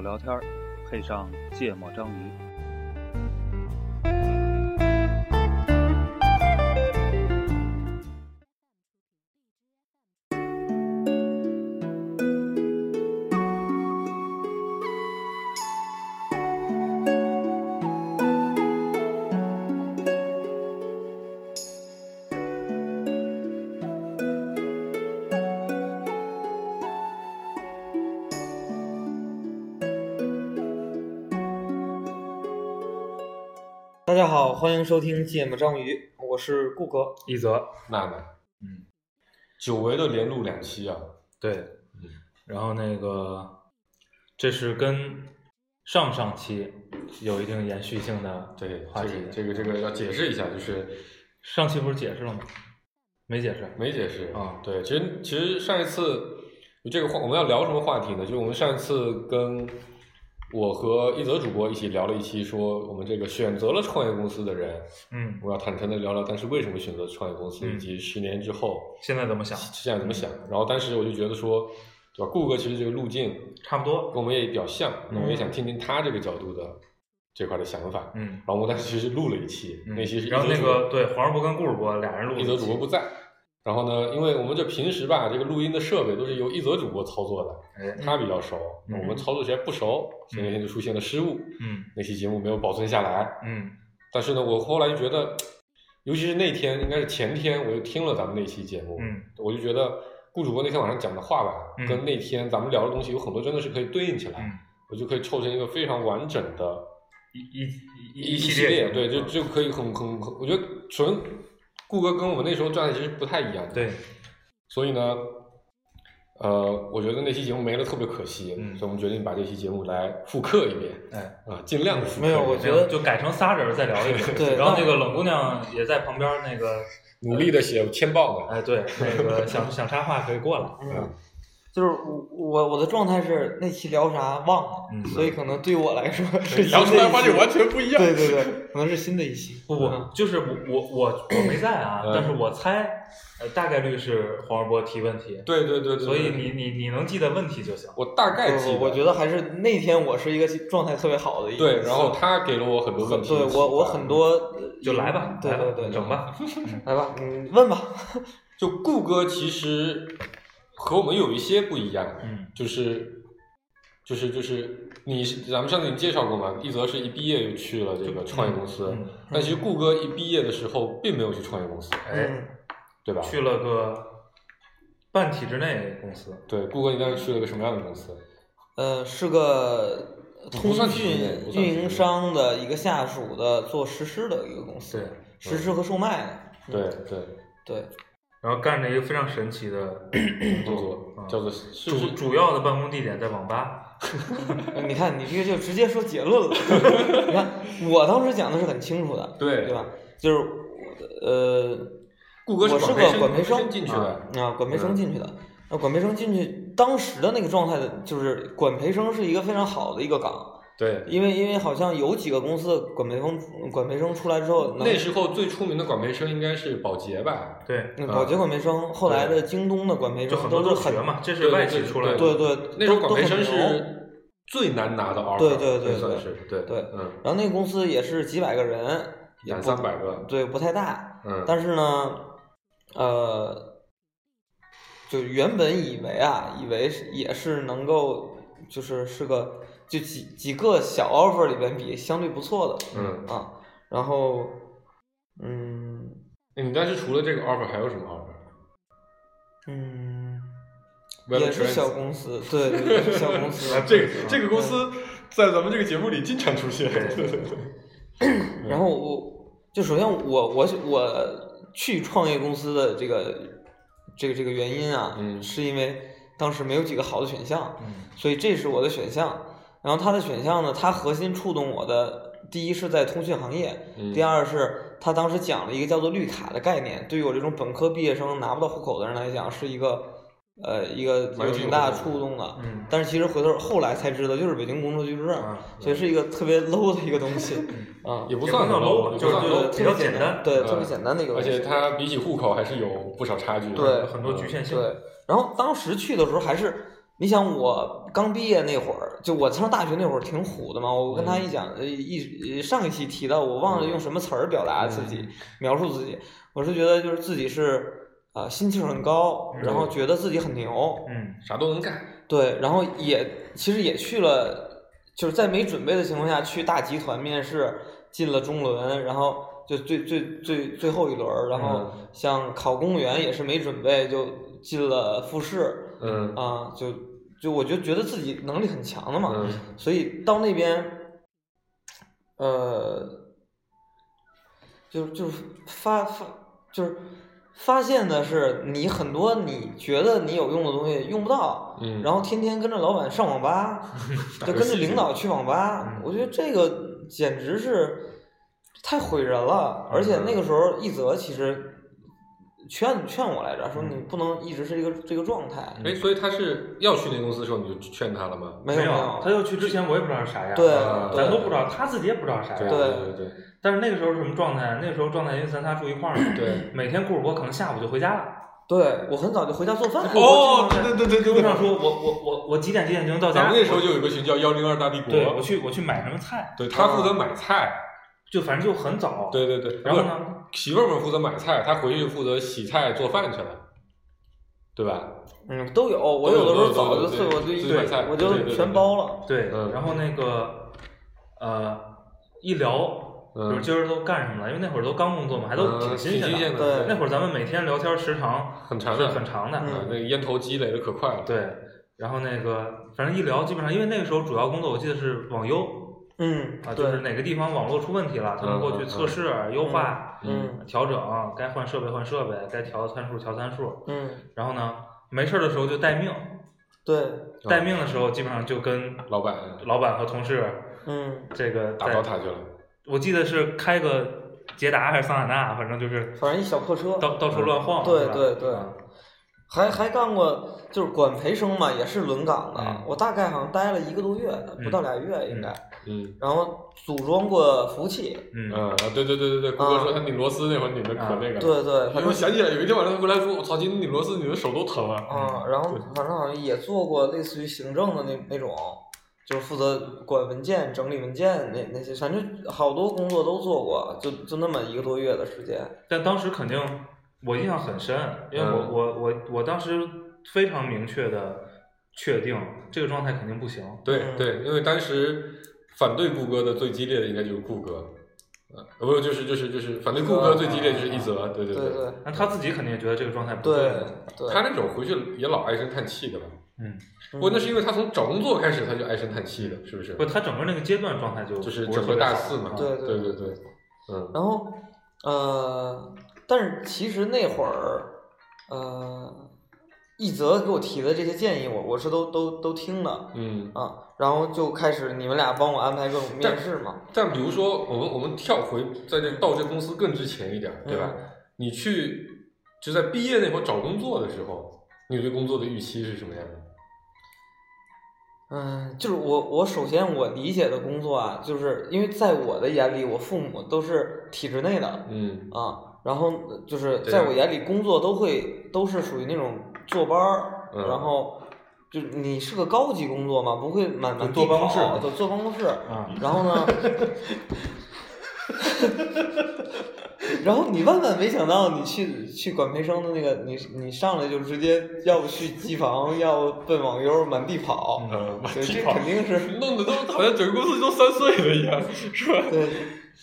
聊天，配上芥末章鱼。大家好，欢迎收听《芥末章鱼》，我是顾哥。一泽，娜娜，嗯，久违的连录两期啊，对，然后那个，这是跟上上期有一定延续性的对，话题。这个这个这个要解释一下，就是上期不是解释了吗？没解释。没解释啊对，其实其实上一次就这个话，我们要聊什么话题呢？就是我们上一次跟我和一泽主播一起聊了一期，说我们这个选择了创业公司的人，嗯，我要坦诚的聊聊，当时为什么选择创业公司，嗯以及十年之后现在怎么想？现在怎么想。然后当时我就觉得说，对吧？顾哥其实这个路径差不跟多。我们也比较像，那我也嗯想听听他这个角度的这块的想法。嗯，然后我们当时其实录了一期，嗯那期是一然后则那主个对黄世博跟顾主播俩人录播的一期则主播不，在，然后呢，因为我们这平时吧，这个录音的设备都是由一则主播操作的，哎，他比较熟，嗯我们操作起来不熟，所以那天就出现了失误，嗯那期节目没有保存下来。嗯但是呢，我后来就觉得，尤其是那天，应该是前天，我就听了咱们那期节目，嗯我就觉得顾主播那天晚上讲的话吧，嗯跟那天咱们聊的东西有很多真的是可以对应起来，嗯，我就可以凑成一个非常完整的一一一系系列，对，就嗯就可以很很很，我觉得首先顾哥跟我们那时候状态其实不太一样，，嗯对，所以呢，呃，我觉得那期节目没了特别可惜，嗯所以我们决定把这期节目来复刻一遍哎，啊，尽量地复刻一没遍，有我觉得就改成仨人再聊一聊。 对然后那那个冷姑娘也在旁边那个。努力的写签报的，啊哎，对，那个想想插话可以过来。嗯，就是我我我的状态是那期聊啥忘了，嗯所以可能对我来说是聊出来发现完全全不一样，对对对，可能是新的一期。嗯不不，就是我我我我没在啊，嗯但是我猜，呃，大概率是黄世波提问题，对对对对，所以对你你你能记得问题就行。我大概记我得，我觉得还是那天我是一个状态特别好的一个对，然后他嗯给了我很多问题，啊对我我很多嗯就来吧，对来吧对对，整吧。来吧，嗯，问吧，就顾哥其实和我们有一些不一样，嗯就是就是就是你是咱们上次你介绍过嘛，一泽是一毕业就去了这个创业公司，嗯，但其实顾哥一毕业的时候并没有去创业公司，哎，嗯，对吧？去了个半体制内公司，对，顾哥你当时去了个什么样的公司？呃，是个通不算体讯育不算体育运营商的一个下属的做实施的一个公司，对，实施和售卖的，对对，对，然后干着一个非常神奇 的工叫做作，叫嗯做是不主是主要的办公地点在网吧，呃你看你这个就直接说结论了， 你看我当时讲的是很清楚的，对对吧？就是呃，顾哥我是管个培管培生生进去的，啊，管培生嗯进去的。那管培生进去，当时的那个状态的，就是管培生是一个非常好的一个岗，对。因为因为好像有几个公司的管培生管培生出来之后，能那时候最出名的管培生应该是保洁吧？对，那保洁管培生，后来的京东的管培就生很多都是都是很学嘛，这对是对外对企出来的，对对，那时候都管培生。都很牛是最难拿的 offer，对对对这算对是对对嗯，然后那个公司也是几百个人，也两不三百个，对，不太大。嗯，但是呢，呃，就原本以为啊，以为是也是能够，就是是个就几几个小 offer 里边比相对不错的嗯，啊。然后，嗯那哎你当时除了这个 offer 还有什么 offer？嗯， Well 也是 Trends 小公司，对，也是小公司。啊这个这个公司在咱们这个节目里经常出现。对对然后我就首先我我我去创业公司的这个这个这个原因啊，嗯是因为当时没有几个好的选项，嗯所以这是我的选项。然后它的选项呢，它核心触动我的，第一是在通讯行业，嗯第二是他当时讲了一个叫做绿卡的概念，对于我这种本科毕业生拿不到户口的人来讲，是一个呃一个蛮有具挺有大用的的触动的。嗯但是其实回头后来才知道，就是北京工作居住证，啊所以是一个特别 low 的一个东西啊。呃也不也算不算 low 也就不是算就是 low，嗯比较简单对，嗯特别简单的一个而东且西。它比起户口还是有不少差距的。对很多局限性，对，然后当时去的时候还是你想我刚毕业那会儿，就我上大学那会儿挺虎的嘛，我跟他一讲，呃，一上一期提到我忘了用什么词儿表达自己、描述自己，我是觉得就是自己是啊、呃心气儿很高，然后觉得自己很牛，嗯啥都能干，对，然后也其实也去了，就是在没准备的情况下去大集团面试，进了中轮，然后就最最最最后一轮儿，然嗯后像考公务员也是没准备就进了复试，嗯啊，就就我就觉得自己能力很强了嘛，嗯所以到那边，呃，就就是发发就是发现的是，你很多你觉得你有用的东西用不到，嗯，然后天天跟着老板上网吧， 就跟着领导去网吧嗯，我觉得这个简直是太毁人嗯了。而且那个时候，一泽其实劝劝我来着，嗯说你不能一直是这个这个状态。哎，所以他是要去那公司的时候，你就劝他了吗？没有没有，他有，要去之前我也不知道是啥样，呃对啊对咱都不知道，他自己也不知道是啥样。对对但是那个时候是什么状态？那个时候状态因为咱仨住一块儿嘛，对每天顾主播可能下午就回家了。对我很早就回家做饭。对，哦，对对对对路对上说我我我我几点几点就能到咱家？们那时候就有一个群叫幺零二大帝对我国，去我去买什么菜，对他负责买菜，就反正就很啊早。，对对对，然后呢？媳妇儿们负责买菜，他回去负责洗菜做饭去了，对吧？嗯，都有。我都有有的时候都有对早就睡，我就对一对对我对对就对全包了。对，嗯然后那个呃一聊，就是嗯，今儿都干什么了？因为那会儿都刚工作嘛，还都挺挺新新鲜的。鲜对那会儿咱们每天聊天时长很长是的，很长的，嗯啊，那烟头积累的可快了。对。然后那个反正一聊，基本上因为那个时候主要工作我记得是网优嗯，啊，就对是，哪个地方网络出问题了，他们过去测试、优化、嗯调整，该换设备换设备，该调参数调参数。嗯，然后呢，没事儿的时候就待命，对，啊待命的时候基本上就跟老板老板和同事嗯，这个打在到他去了，我记得是开个捷达还是桑塔纳，反正就是反正一小破车，到到处乱晃。对是吧对对嗯啊还还干过就是管培生嘛，也是轮岗的。嗯我大概好像待了一个多月，不到俩月应该。嗯然后组装过服务器，嗯嗯啊，对对对对对，胡哥说他拧螺丝那会儿拧的可那个了。对对，因反为我正想起来有一天晚上他回来说，我操，今天拧螺丝拧的手都疼啊了。哦嗯，然后反正好像也做过类似于行政的那那种，就是负责管文件、整理文件那那些，反正好多工作都做过，就就那么一个多月的时间。但当时肯定我印象很深，因为我、嗯我我我当时非常明确的确定这个状态肯定不行。对嗯对，因为当时反对顾哥的最激烈的应该就是顾哥，呃，不是就是就是就是反对顾哥最激烈就是一泽，嗯对对对对那他自己肯定也觉得这个状态不对他对，那种回去也老唉声叹气的吧？嗯，不过那是因为他从找工作开始他就唉声叹气了，是不是不，？他整个那个阶段状态就就是不整特个别大好四嘛啊，对对对对对，嗯然后呃，但是其实那会儿呃，一泽给我提的这些建议我，我是都都都听了嗯。啊，然后就开始你们俩帮我安排各种面试嘛，但比如说，我们我们跳回在这到这公司更之前一点，对吧？嗯你去就在毕业那会儿找工作的时候，你对工作的预期是什么样的？嗯，就是我我首先我理解的工作啊，就是因为在我的眼里，我父母都是体制内的嗯啊，然后就是对在我眼里，工作都会都是属于那种坐班儿，嗯然后就是你是个高级工作嘛，不会满满地坐办公室跑对，坐办公室，啊，然后呢，然后你万万没想到，你去去管培生的那个，你你上来就直接要不去机房，要不奔网游，满地跑，呃，对，这肯定 是弄得都好像整个公司都三岁了一样，是吧？对，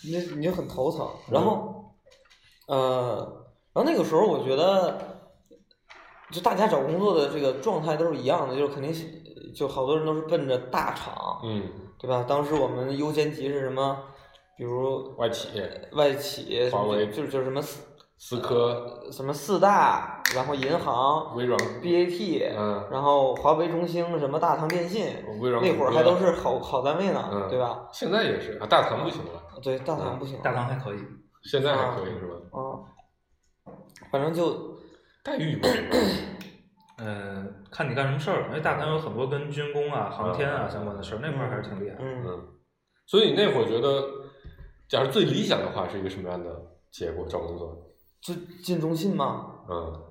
你就你就很头疼。然后，呃，然后那个时候我觉得，就大家找工作的这个状态都是一样的，就是肯定是就好多人都是奔着大厂， 嗯，对吧？当时我们优先级是什么？比如外企、外企、华为就是就是什么四思科、什么四大，然后银行、微软， BAT，、嗯，然后华为、中兴什么大唐电信，微软那会儿谷歌还都是好好单位呢，嗯对吧？现在也是啊，大唐不行了，对，大唐不行，大嗯唐还可以，现在还可以是吧？啊，反正就待遇不行吧，嗯、看你干什么事儿，因为大唐有很多跟军工啊、航天啊嗯相关的事儿，那块儿还是挺厉害的。嗯，嗯，所以你那会儿觉得，假如最理想的话是一个什么样的结果？找工作，就进中信嘛，嗯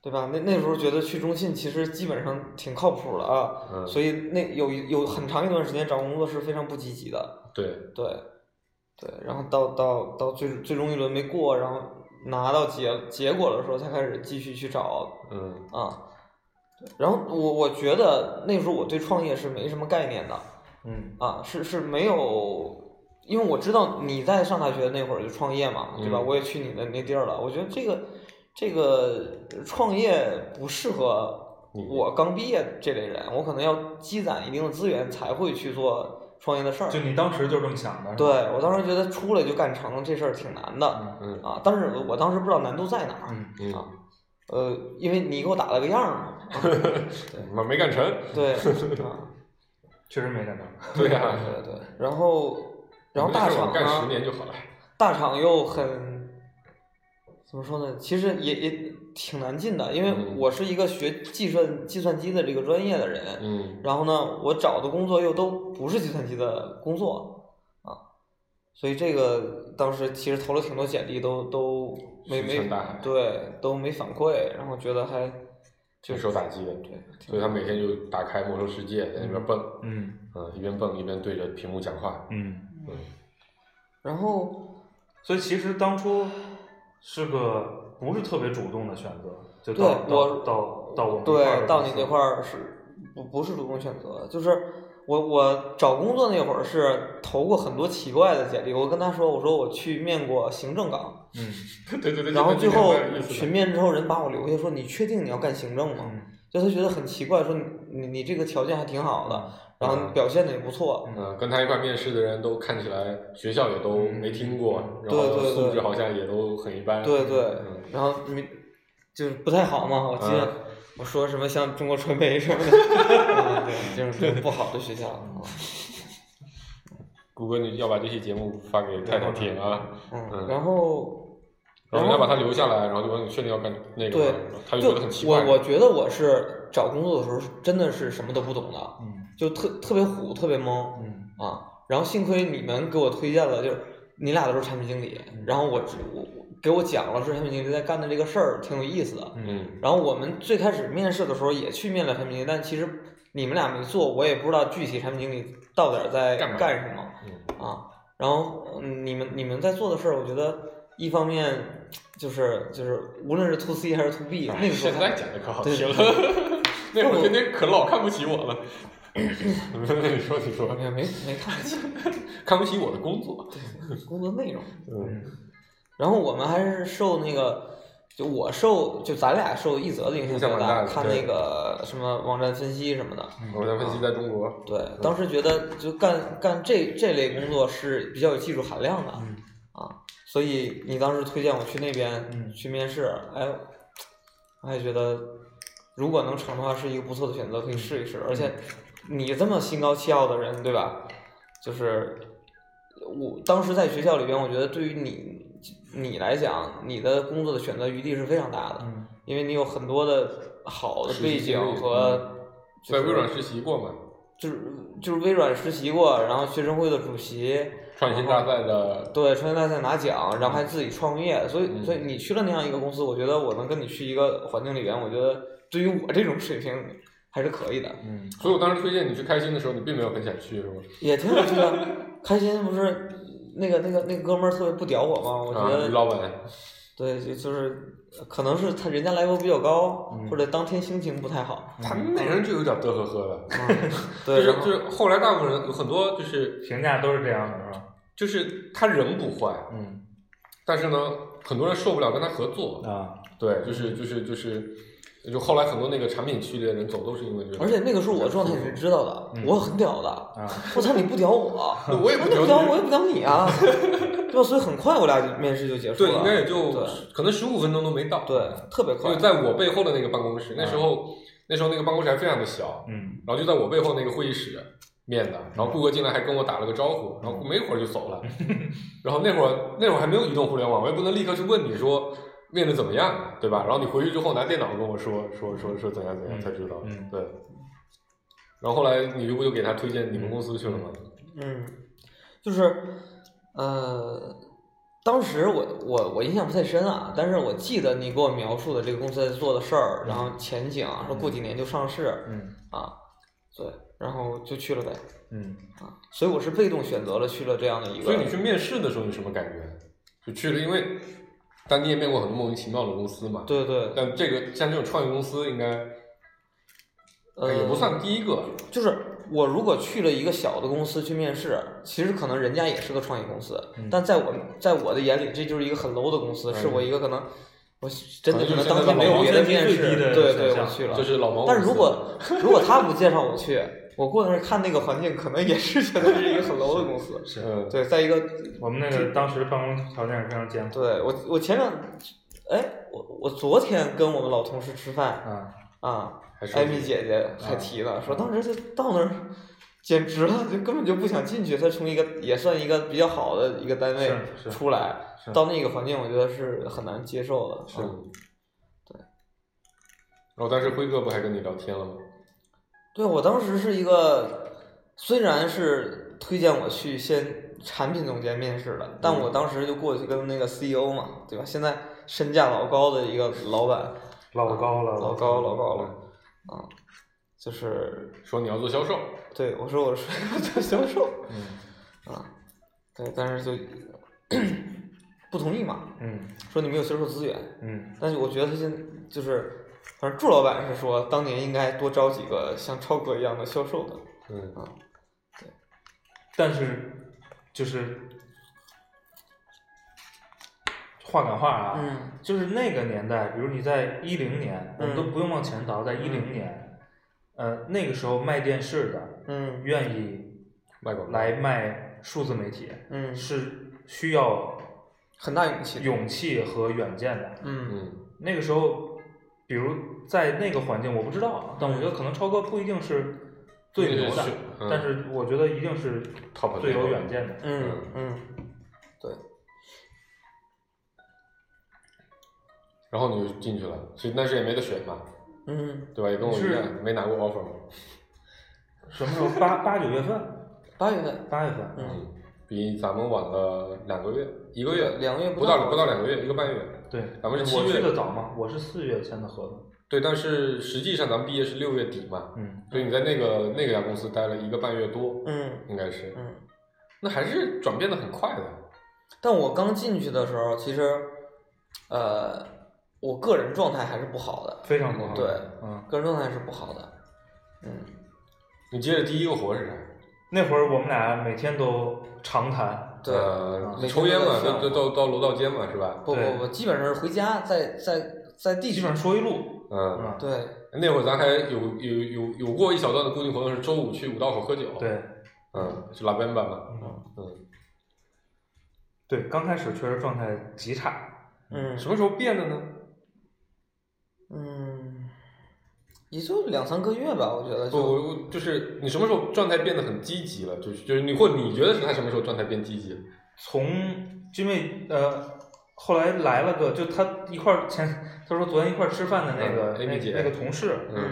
对吧？那那时候觉得去中信其实基本上挺靠谱的啊，嗯，所以那有一有很长一段时间找工作是非常不积极的，对，对，对，然后到到到最最终一轮没过，然后拿到结结果的时候才开始继续去找嗯啊。然后我我觉得那时候我对创业是没什么概念的嗯啊，是是没有，因为我知道你在上大学那会儿就创业嘛，对吧？嗯我也去你的那地儿了，我觉得这个这个创业不适合你我刚毕业这类人，我可能要积攒一定的资源才会去做创业的事儿。就你当时就这么想的，对，我当时觉得出来就干成这事儿挺难的嗯嗯啊，但是我当时不知道难度在哪儿。嗯，嗯，呃，因为你给我打了个样儿嘛，我没干成， 对啊，确实没干到。对呀、对对，然后然后嗯大没事厂我干十呢，年就好了，大厂又很怎么说呢？其实也也挺难进的，因为嗯我是一个学计算计算机的这个专业的人，嗯然后呢，我找的工作又都不是计算机的工作啊，所以这个当时其实投了挺多简历，都都没石没沉大海对都没反馈，然后觉得还挺受打击的，对，挺所以他每天就打开魔兽世界，在那边蹦，嗯嗯，一边蹦一边对着屏幕讲话，嗯，嗯然后所以其实当初是个不是特别主动的选择，就对到到我到到我们一块儿对的到公你司那块儿是不不是主动选择，就是我我找工作那会儿是投过很多奇怪的简历，我跟他说我说我去面过行政岗，嗯对对对对，然后这最个后蛮有意思的群面之后人把我留下说你确定你要干行政吗？嗯就他觉得很奇怪，说你你你这个条件还挺好的，然后你表现的也不错，嗯，跟他一块面试的人都看起来学校也都没听过，然对后对对素质好像也都很一般。对对，嗯然后没就是不太好嘛，我记得嗯我说什么像中国传媒什么的， 嗯对，就是不好的学校。嗯谷歌，你要把这期节目发给太太听啊，嗯，嗯然后，然然后你要把他后留下来，然后就问你确定要干那个对吗，他就就觉得很奇怪。我我觉得我是找工作的时候是真的是什么都不懂的，嗯就特特别虎，特别懵嗯啊。然后幸亏你们给我推荐了，就是你俩都是产品经理，嗯然后我我我给我讲了是产品经理在干的这个事儿，挺有意思的。嗯然后我们最开始面试的时候也去面了产品经理，但其实你们俩没做，我也不知道具体产品经理到底儿在干嘛干什么。嗯啊，然后嗯你们你们在做的事儿，我觉得一方面就是就是无论是 to C 还是 to B，、那个时候现啊在看讲的可好对听了，那会儿天天可老看不起我了。 你说你说，没没没看得清 看不起我的工作，工作内容。嗯然后我们还是受那个，就我受就咱俩受一泽的影响影比响较蛮大的看对那个什么网站分析什么的。嗯我在分啊析在中国，对，当时觉得就干干这这类工作是比较有技术含量的嗯啊，所以你当时推荐我去那边嗯去面试，哎，我还觉得如果能成的话是一个不错的选择，可嗯以试一试。而且你这么心高气傲的人，对吧？就是我当时在学校里边，我觉得对于你你来讲，你的工作的选择余地是非常大的，嗯因为你有很多的好的实习背景经历嗯和就在是。微软实习过嘛，就是就是微软实习过，然后学生会的主席，创新大赛的，对创业大赛拿奖，然后还自己创业，所以、嗯所以你去了那样一个公司，我觉得我能跟你去一个环境里边，我觉得对于我这种水平还是可以的，嗯所以我当时推荐你去开心的时候，你并没有很想去，是吗？也挺有趣的。开心不是那个那个那个哥们儿特别不屌我吗？我觉啊，得、于老板，对，就就是可能是他人家 level 比较高，嗯或者当天心情不太好。他们那嗯人就有点嘚呵呵的，嗯、就对，是然后就是后来大部分人有很多就是评价都是这样的，是吧？就是他人不坏，嗯但是呢，很多人受不了跟他合嗯作，啊对，就是就是就是，就后来很多那个产品系列的人走都是因为这个，而且那个时候我状态你是知道的，嗯我很屌的， 啊我操，你不屌我， 我也不屌不 你屌我也不屌你啊，对吧？所以很快我俩就面试就结束了，对，应该也就对可能十五分钟都没到，对，嗯特别因快为，在我背后的那个办公室，那时候那时候那个办公室还非常的小，嗯然后就在我背后那个会议室面的，然后顾哥进来还跟我打了个招呼，然后没一会儿就走了。 然后那会儿那会儿还没有移动互联网，我也不能立刻去问你说面的怎么样，对吧？然后你回去之后拿电脑跟我说说说说怎样怎样嗯才知道，嗯对。然后后来你就不就给他推嗯荐你们公司去了吗？嗯嗯，就是，呃，当时我我我印象不太深啊，但是我记得你给我描述的这个公司在做的事儿，然嗯后前景啊说过几年就上市嗯啊，对，然后就去了呗嗯，啊，所以我是被动选择了去了这样的一个，所以你去面试的时候，你什么感觉？就去了，因为但你也面过很多莫名其妙的公司嘛。。对对，但这个像这种创业公司，应该、呃，也不算第一个。就是我如果去了一个小的公司去面试，其实可能人家也是个创业公司，嗯但在我在我的眼里，这就是一个很 low 的公司，嗯是我一个可能我真的可能可就能是当天没有别的面试，现在的网红对最低的选对，项我去了。就是老毛公司。呃 但是如果 如果他不介绍我去，我过那儿看那个环境，可能也是觉得是一个很 low 的公司。是嗯，对，在一个我们那个当时办公条件也非常艰苦对我我前两哎我我昨天跟我们老同事吃饭啊，啊，还是艾米姐姐还提嗯呢，说当时就到那儿，简直了，就根本就不想进去。她从一个也算一个比较好的一个单位是是出来是，到那个环境，我觉得是很难接受的。是。嗯对。然后当时辉哥不还跟你聊天了吗？对我当时是一个，虽然是推荐我去先产品总监面试的，但嗯我当时就过去跟那个 CEO 嘛，对吧？现在身价老高的一个老板，嗯老高了，老高老高了，啊，就是说你要做销售，对，我说我 是一个做销售嗯啊，对，但是就不同意嘛，嗯说你没有销售资源。嗯但是我觉得他现在就是，反正祝老板是说，当年应该多招几个像超哥一样的销售的。嗯，但是就是话赶话啊，嗯就是那个年代，比如你在一零年，我们都嗯不用往前倒，在一零年，呃，那个时候卖电视的嗯愿意卖广告。来卖数字媒体，嗯，是需要很大勇气。勇气和远见的。嗯嗯，那个时候，比如在那个环境，我不知道啊，但我觉得可能超哥不一定是最牛的，嗯但是我觉得一定是 Top 最有 level 远见的。嗯嗯，然后你就进去了，所以那时也没得选嘛，嗯，对吧？也跟我一是样，没拿过 offer 嘛。什么时候？八八九月份，八月份，八月份，嗯，嗯，比咱们晚了两个月，一个月两个月嗯不到到不到两个月，一个半月。对，咱们是七我月去的早嘛，我是四月签的合同，对，但是实际上咱们毕业是六月底嘛，嗯，所以你在那个那个家公司待了一个半月多，嗯应该是，嗯。那还是转变的很快的。但我刚进去的时候，其实，呃，我个人状态还是不好的，非常不好，对嗯，个人状态是不好的。嗯，你接着第一个活是啥？那会儿我们俩每天都长谈，对，呃每天抽烟都在嘛，笑到到到到楼道间嘛，是吧？不对不不，基本上是回家，在在在地基区本上。说一路，嗯，嗯，对，那会儿咱还有有有有过一小段的固定活动，是周五去五道口喝酒，，对，嗯，去拉边吧嘛，嗯，嗯，对，刚开始确实状态极差，嗯什么时候变的呢？嗯，也就两三个月吧，我觉得不，就我我就是你什么时候状态变得很积极了？就是就是你或者你觉得是他什么时候状态变积极了？从因为呃，后来来了个，就他一块儿前，他说昨天一块儿吃饭的那个、嗯那 Amy 姐那个同事，嗯，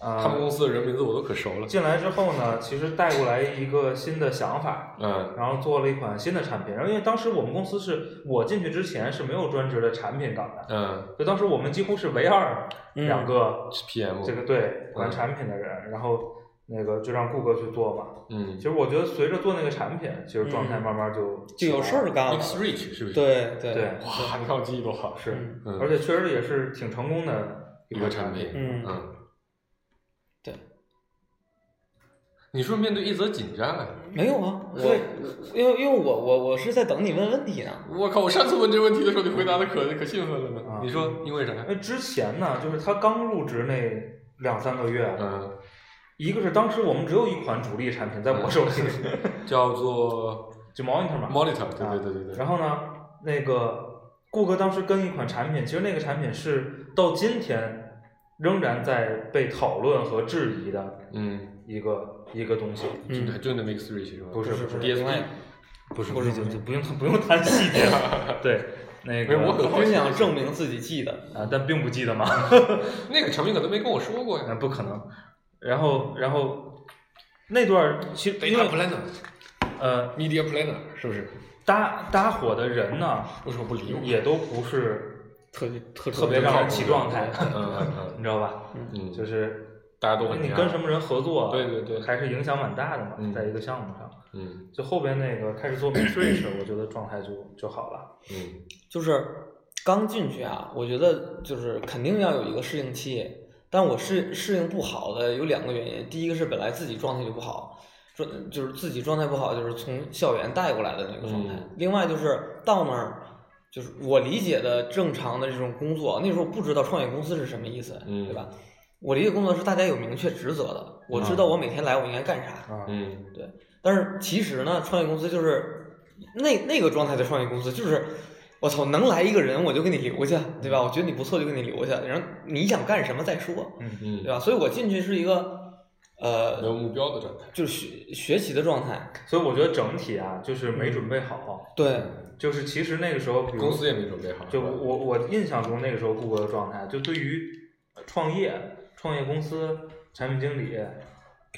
啊、他们公司的人名字我都可熟了。进来之后呢，其实带过来一个新的想法，嗯然后做了一款新的产品。然后因为当时我们公司是我进去之前是没有专职的产品岗的，嗯所以当时我们几乎是唯二嗯两个是，PM 这个对嗯管产品的人，然后那个就让顾客去做嘛。嗯其实我觉得随着做那个产品，其实状态慢慢就嗯就有事儿干了。 ，Mix Reach 是不是？，对对对哇，你看我记忆多好。是，嗯而且确实也是挺成功的一个产品，嗯对，你是不是面对一则紧张啊？没有啊，我对我因为因为我我我是在等你问问题呢。我靠！我上次问这个问题的时候，你回答的可可兴奋了啊哎呢。你说因为啥？那之前呢，就是他刚入职那两三个月，嗯，一个是当时我们只有一款主力产品在我 手里，叫做就 monitor 嘛。 monitor，对对对对对。然后呢，那个顾客当时跟一款产品，其实那个产品是到今天仍然在被讨论和质疑的嗯，一个一个东西。就那就那 mix reach 嗯是吧？不是不是另外 DSP，不是不不是是不不是是，不用不用谈细节了。 对，那不是我个很我只想证明自己记得。啊，但并不记得嘛。 那个产品可都没跟我说过呀。那不可能。然后，然后那段儿其实因为 Data planner，呃， Media Planner 是不是？搭搭伙的人呢，为什么不理我？也都不是特特特别让人起状态，嗯嗯 你知道吧？嗯嗯，就是是大家都很你厉害跟什么人合作，对对对还是影响蛮大的嘛，嗯在一个项目上。嗯就后边那个开始做 m a t r i x 我觉得状态就就好了。嗯就是刚进去啊，我觉得就是肯定要有一个适应期，但我适适应不好的有两个原因，第一个是本来自己状态就不好，状就是自己状态不好，就是从校园带过来的那个状态；嗯另外就是到那儿，就是我理解的正常的这种工作，那时候不知道创业公司是什么意思，嗯对吧？我理解工作是大家有明确职责的，我知道我每天来我应该干啥，啊，嗯但是其实呢，创业公司就是那那个状态的创业公司，就是我操，能来一个人我就给你留下，对吧？我觉得你不错就给你留下，然后你想干什么再说，嗯，嗯对，吧？所以我进去是一个没有呃，目标的状态。就是学学习的状态，所以我觉得整体啊，就是没准备好，对，就是其实那个时候，比如公司也没准备好，就我我印象中那个时候顾哥的状态，就对于创业、创业公司、产品经理、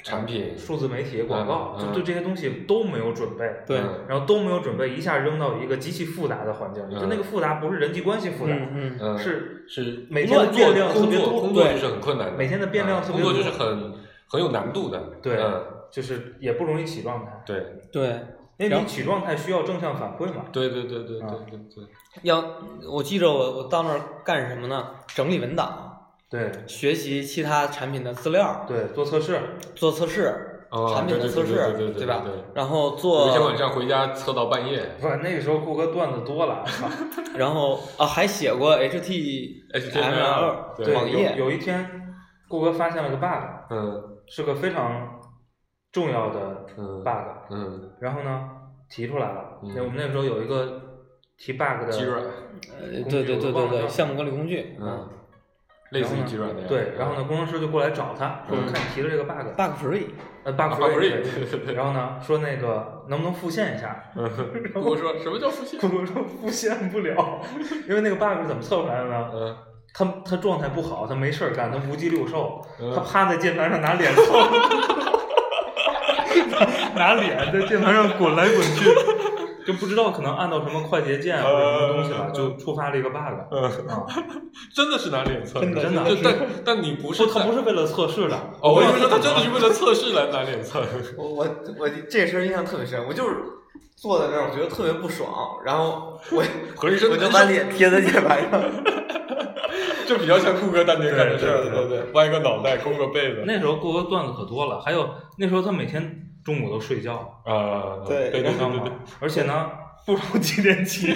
产品数字媒体、广告，嗯就嗯对这些东西都没有准备，对嗯然后都没有准备，一下扔到一个极其复杂的环境里，就嗯那个复杂不是人际关系复杂，嗯嗯，嗯是是每天的工作变量特工别作多工作对就是很困难的，每天的变量嗯特别工多作就是很很有难度的，对嗯，就是也不容易起状态，对，对。因为然你后起状态需要正向反馈嘛，对对对对对嗯对对，要我记着我我到那儿干什么呢？整理文档，对学习其他产品的资料，对，做测试，做测试，哦啊产品的对对测试对对对，对吧对？然后有做一天晚上回家测到半夜不，那个时候顾哥段子多 了，操然后啊，还写过 HTML ，HTML，对，网有页，有一天顾哥发现了个 bug，嗯是个非常重要的嗯 bug，嗯，然后呢提出来了，嗯那我们那个时候有一个提 bug 的鸡软，呃对对对对对，项目管理工具嗯，类似然于后呢鸡软那样，对，然后呢，工程师就过来找他，说嗯看你提的这个 bug， ，bug free，呃，bug bug free， free，然后呢，说那个能不能复现一下？ 嗯，跟我说什么叫复现？顾哥说复现不了，因为那个 bug 是怎么测出来的呢？嗯他他状态不好，他没事儿干，他无鸡六兽，嗯他趴在键盘上拿脸蹭， 拿脸在键盘上滚来滚去，就不知道可能按到什么快捷键或者什么东西了，就触发了一个 bug。嗯，啊，真的是拿脸测，真的真的就但但你不不是是，他在不是为了测试的。哦，我以为说他真的是为了测试来拿脸测， 我我我这事儿印象特别深，我就是坐在那儿，我觉得特别不爽，然后我 合一身我就把脸贴在键盘 上，就比较像酷哥当年干的事儿，对对对，弯一个脑袋，弓个被子，那时候过哥段子可多了，还有那时候他每天中午都睡觉，啊，对对对知道对对吗，？而且呢， 不知道几点 起。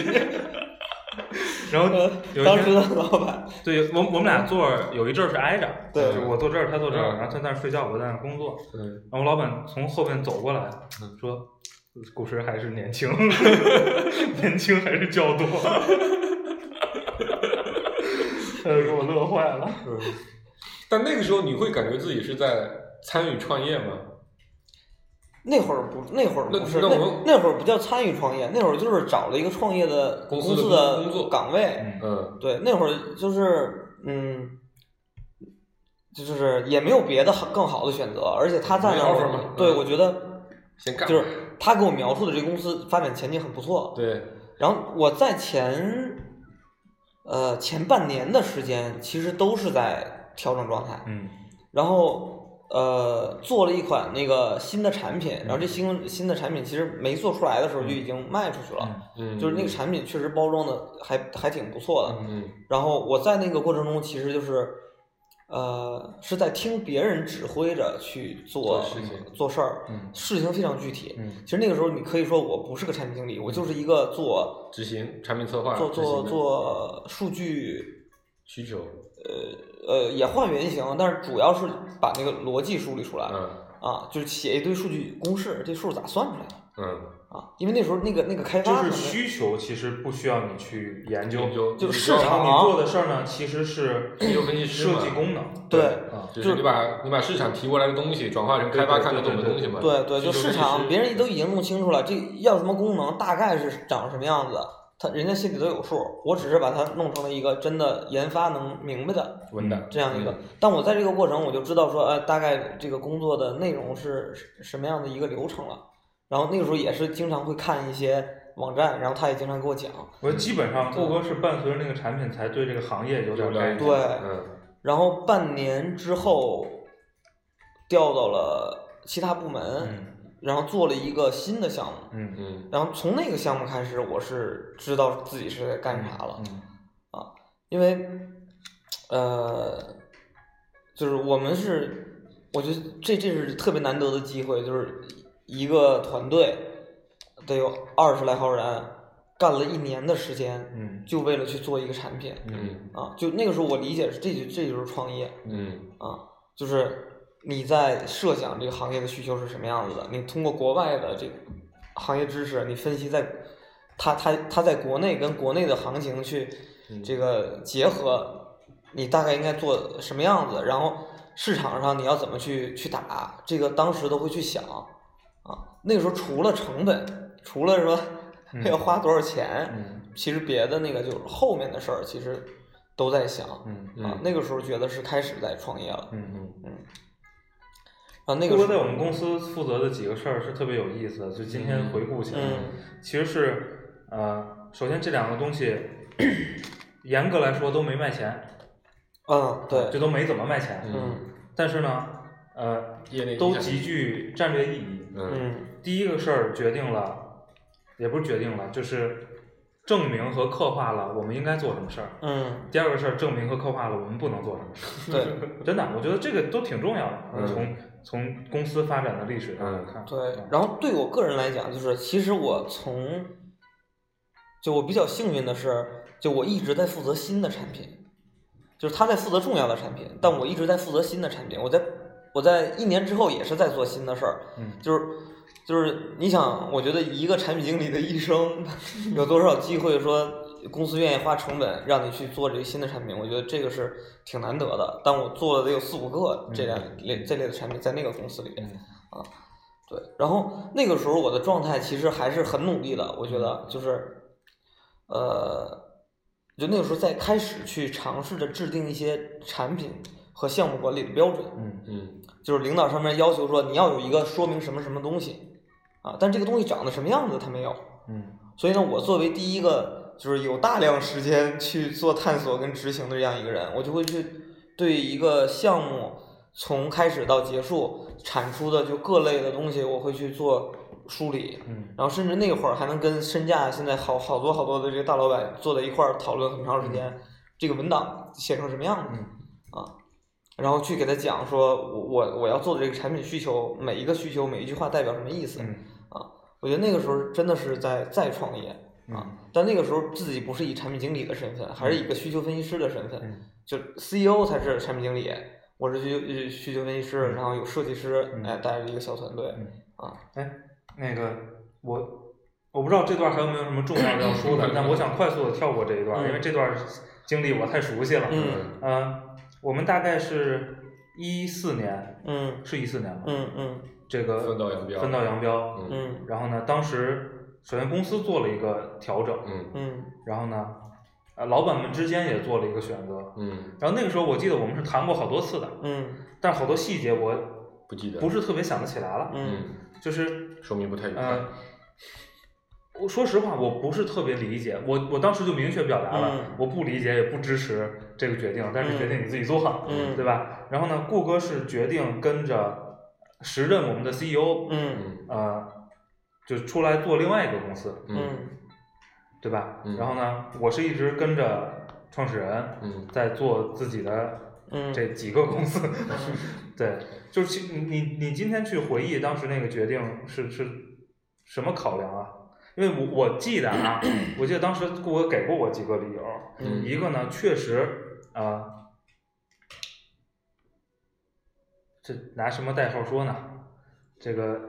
然后有一呃当时天，的老板，对我我们俩座儿有一阵儿是挨着，对就是我坐这儿，他坐这儿，嗯然后他在那儿睡觉，我在那儿工作。嗯，然后我老板从后边走过来嗯，说：“古时还是年轻， 年轻还是较多。” 他就给我乐坏了。嗯但那个时候你会感觉自己是在参与创业吗？那会儿不，那会儿那不是，那那我那会儿不叫参与创业，那会儿就是找了一个创业的公司的司工工的作岗位，嗯嗯对，那会儿就是嗯，就是也没有别的好更好的选择，而且他在那没 offer 嘛儿，对嗯我觉得先干，就是他给我描述的这个公司发展前景很不错。对，然后我在前呃前半年的时间，其实都是在调整状态，嗯然后呃做了一款那个新的产品，然后这嗯新新的产品其实没做出来的时候就已经卖出去了，嗯，就是那个产品确实包装的还还挺不错的。嗯然后我在那个过程中，其实就是，呃，是在听别人指挥着去做做事情做事儿，嗯事情非常具体。嗯其实那个时候，你可以说我不是个产品经理，我就是一个做执行产品策划，做嗯做执行的做数据，需求，呃，也画原型，但是主要是把那个逻辑梳理出来嗯啊，就是写一堆数据公式，这数咋算出来的嗯，啊？因为那时候那个那个开就发是什么的需求其实不需要你去研究，研究就你知市道场然后你做的事儿呢，其实是需求分析师设嘛计功能。对啊，就是你把你把市场提过来的东西转化成开发看得懂的东西嘛，对对，就需求市分析场师别人都已经弄清楚了，这要什么功能，大概是长什么样子，他人家心里都有数。我只是把它弄成了一个真的研发能明白的文档，嗯这样一个。但我在这个过程，我就知道说，呃，大概这个工作的内容是是什么样的一个流程了。然后那个时候也是经常会看一些网站，然后他也经常给我讲，我基本上顾哥是伴随着那个产品才对这个行业有点有概念。点对嗯然后半年之后调到了其他部门，嗯然后做了一个新的项目，嗯嗯然后从那个项目开始，我是知道自己是在干啥了，嗯因为，呃，就是我们是，我觉得这这是特别难得的机会，就是一个团队得有二十来号人，干了一年的时间，嗯就为了去做一个产品嗯嗯啊，就那个时候我理解是这就这就是创业嗯啊，就是你在设想这个行业的需求是什么样子的，你通过国外的这个行业知识，你分析在它它它在国内跟国内的行情去嗯这个结合，你大概应该做什么样子，然后市场上你要怎么去去打，这个当时都会去想啊。那个时候除了成本，除了说嗯要花多少钱，嗯其实别的那个就是后面的事儿，其实都在想嗯嗯啊。那个时候觉得是开始在创业了，嗯。啊，那顾个哥时在我候们公司负责的几个事儿是特别有意思的，就今天回顾起来，嗯其实是呃，首先这两个东西严格来说都没卖钱，啊嗯对，这都没怎么卖钱，嗯但是呢，呃，业内都影响极具战略意义。嗯嗯第一个事儿决定了，也不是决定了，就是证明和刻画了我们应该做什么事儿。嗯第二个事儿证明和刻画了我们不能做什么事儿。对真的，我觉得这个都挺重要的。嗯从从公司发展的历史上来嗯看，对。然后对我个人来讲，就是其实我从就我比较幸运的是，就我一直在负责新的产品，就是他在负责重要的产品，但我一直在负责新的产品。我在我在一年之后也是在做新的事儿，嗯就是就是你想，我觉得一个产品经理的一生有多少机会说公司愿意花成本让你去做这个新的产品，我觉得这个是挺难得的。但我做了得有四五个这两类这类的产品在那个公司里边嗯啊，对。然后那个时候我的状态其实还是很努力的，我觉得就是呃，就那个时候在开始去尝试着制定一些产品和项目管理的标准，嗯嗯就是领导上面要求说你要有一个说明什么什么东西啊，但这个东西长得什么样子他没有，嗯所以呢，我作为第一个就是有大量时间去做探索跟执行的这样一个人，我就会去对一个项目从开始到结束产出的就各类的东西，我会去做梳理，嗯然后甚至那会儿还能跟身价现在好好多好多的这个大老板坐在一块儿讨论很长时间，这个文档写成什么样子嗯啊，然后去给他讲说我我我要做的这个产品需求，每一个需求每一句话代表什么意思。嗯我觉得那个时候真的是在再创业嗯，啊但那个时候自己不是以产品经理的身份，还是以一个需求分析师的身份，嗯就 CEO 才是产品经理，我是需求需求分析师，嗯然后有设计师嗯哎带着一个小团队嗯啊，那个我我不知道这段还有没有什么重要的要说的，但我想快速的跳过这一段，嗯因为这段经历我太熟悉了。嗯呃，我们大概是一四年，嗯是一四年吗？嗯嗯这个分道扬镳分道扬镳。嗯嗯然后呢，当时首先公司做了一个调整，嗯嗯然后呢，呃，老板们之间也做了一个选择。嗯，然后那个时候我记得我们是谈过好多次的，嗯但好多细节我不记得不是特别想得起来了，嗯嗯，就是说明不太愉快呃，我说实话，我不是特别理解，我我当时就明确表达了，嗯我不理解也不支持这个决定，但是决定你自己做，嗯对吧？然后呢，顾哥是决定跟着时任我们的 E CEO，、嗯嗯呃，就出来做另外一个公司，嗯嗯对吧？嗯然后呢，我是一直跟着创始人嗯在做自己的嗯，这几个公司， 对，就是其你你你今天去回忆当时那个决定是是什么考量啊？因为我我记得 啊，我记得当时顾哥给过我几个理由，嗯一个呢确实啊、呃这拿什么代号说呢？这个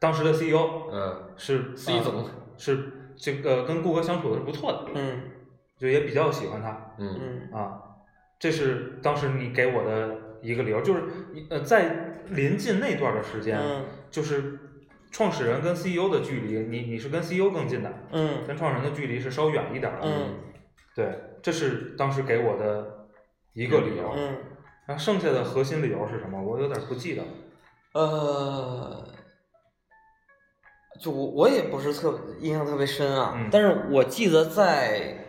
当时的 E CEO 嗯是，C 呃总，是这个跟顾哥相处的是不错的，嗯就也比较喜欢他嗯嗯啊。这是当时你给我的一个理由，就是你呃，在临近那段的时间，嗯就是创始人跟 CEO 的距离，你你是跟 CEO 更近的，嗯跟创始人的距离是稍远一点的。嗯对，这是当时给我的一个理由。嗯然后剩下的核心理由是什么？我有点不记得了。呃，就我我也不是特印象特别深啊，嗯但是我记得在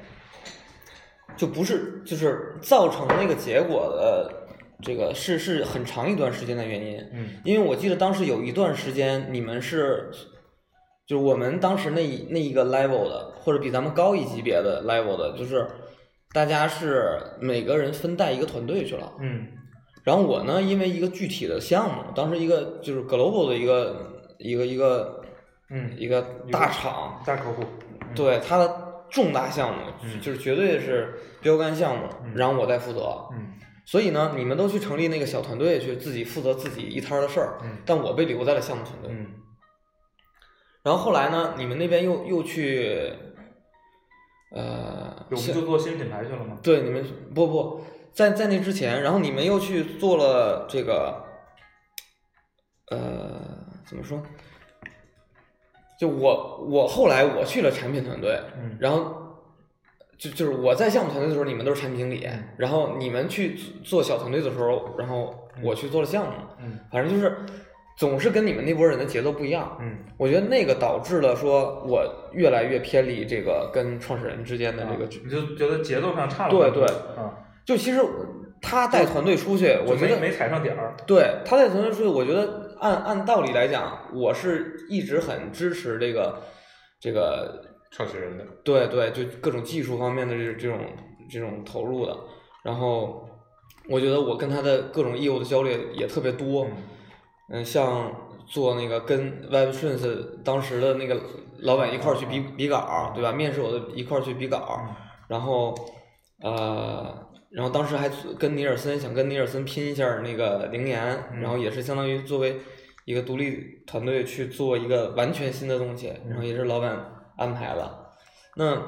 就不是就是造成那个结果的这个是是很长一段时间的原因，嗯因为我记得当时有一段时间你们是。就是我们当时那一那一个 level 的，或者比咱们高一级别的 level 的，就是大家是每个人分带一个团队去了，嗯然后我呢，因为一个具体的项目，当时一个就是 global 的一个一个一个嗯，一个大厂，大客户，对它的重大项目，嗯就是绝对是标杆项目，嗯然后我在负责。嗯所以呢，你们都去成立那个小团队去自己负责自己一摊儿的事儿，嗯但我被留在了项目团队。嗯然后后来呢，你们那边又又去，呃，我们像就做新品牌去了嘛，对，你们不不在在那之前，然后你们又去做了这个，呃，怎么说？就我我后来我去了产品团队，嗯然后就就是我在项目团队的时候，你们都是产品经理，然后你们去做小团队的时候，然后我去做了项目，嗯反正就是总是跟你们那波人的节奏不一样。嗯我觉得那个导致了说我越来越偏离这个跟创始人之间的这个你就觉得节奏上差了，啊对对啊，就其实我他带团队出去，我就觉没得没踩上点儿，对他带团队出去，我觉得按按道理来讲，我是一直很支持这个这个创始人的，对对，就各种技术方面的这这种这种投入的。然后我觉得我跟他的各种业务的交流也特别多，嗯嗯，像做那个跟 WebShins 当时的那个老板一块儿去比比稿，对吧？面试我的一块儿去比稿，嗯然后呃，然后当时还跟尼尔森想跟尼尔森拼一下那个零年，然后也是相当于作为一个独立团队去做一个完全新的东西，然后也是老板安排的。那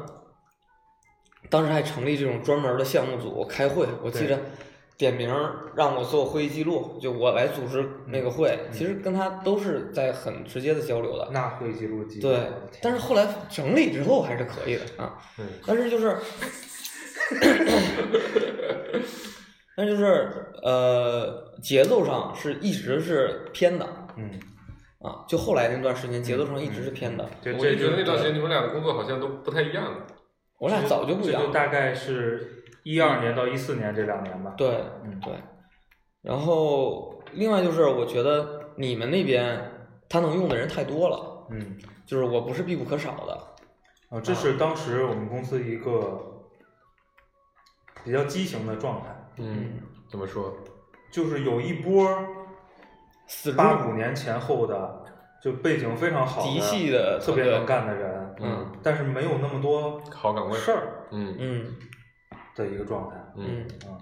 当时还成立这种专门的项目组开会，我记着。点名儿让我做会议记录，就我来组织那个会，其实跟他都是在很直接的交流的。那会记录机，对，但是后来整理之后还是可以的啊。嗯但是就是，但是就是呃，节奏上是一直是偏的嗯，啊。就后来那段时间，节奏上一直是偏的。对，我就这觉得那段时间就你们俩的工作好像都不太一样了。我俩早就不一这样就了。大概是一二年到一四年这两年吧，对嗯对。然后另外就是，我觉得你们那边他能用的人太多了，嗯，就是我不是必不可少的。啊，这是当时我们公司一个比较畸形的状态，嗯，怎么说？就是有一波死猪八五年前后的，就背景非常好嫡系的特别团队能干的人，嗯但是没有那么多好岗位。事儿嗯嗯的一个状态。嗯嗯，嗯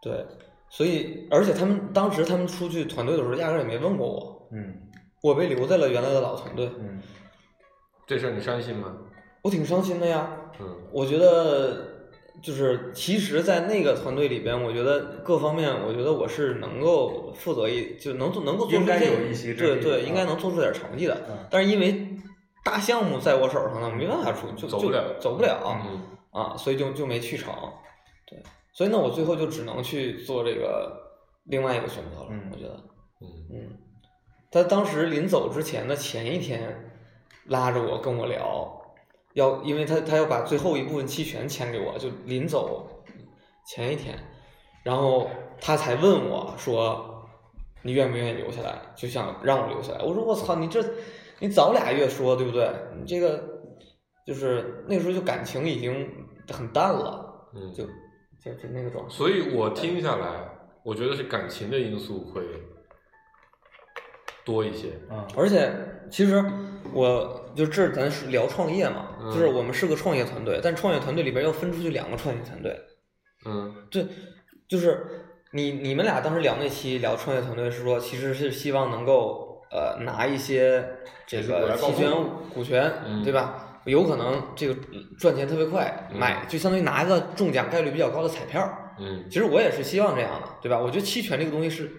对。所以，而且他们当时他们出去团队的时候，压根儿也没问过我。嗯我被留在了原来的老团队，嗯这事儿你伤心吗？我挺伤心的呀。嗯我觉得就是，其实，在那个团队里边，我觉得各方面，我觉得我是能够负责一，就能做能够做出应该些有一席之对地对，啊应该能做出点成绩的。嗯但是因为大项目在我手上呢，没办法出，就走就不了走不了嗯，啊，所以就就没去成。对，所以呢，我最后就只能去做这个另外一个选择了。嗯我觉得，嗯嗯，他当时临走之前的前一天，拉着我跟我聊，要因为他他要把最后一部分期权签给我，就临走前一天，然后他才问我说，你愿不愿意留下来？就想让我留下来。我说我操，你这你早俩月说对不对？你这个就是那时候就感情已经很淡了，嗯，就就就那个状态。所以我听下来，我觉得是感情的因素会多一些。嗯而且其实我就这咱是聊创业嘛，嗯就是我们是个创业团队，但创业团队里边要分出去两个创业团队，嗯对，就是你你们俩当时聊那期聊创业团队是说，其实是希望能够呃拿一些这个期权股权，嗯对吧？有可能这个赚钱特别快，嗯买就相当于拿一个中奖概率比较高的彩票儿，嗯其实我也是希望这样的，对吧？我觉得期权这个东西是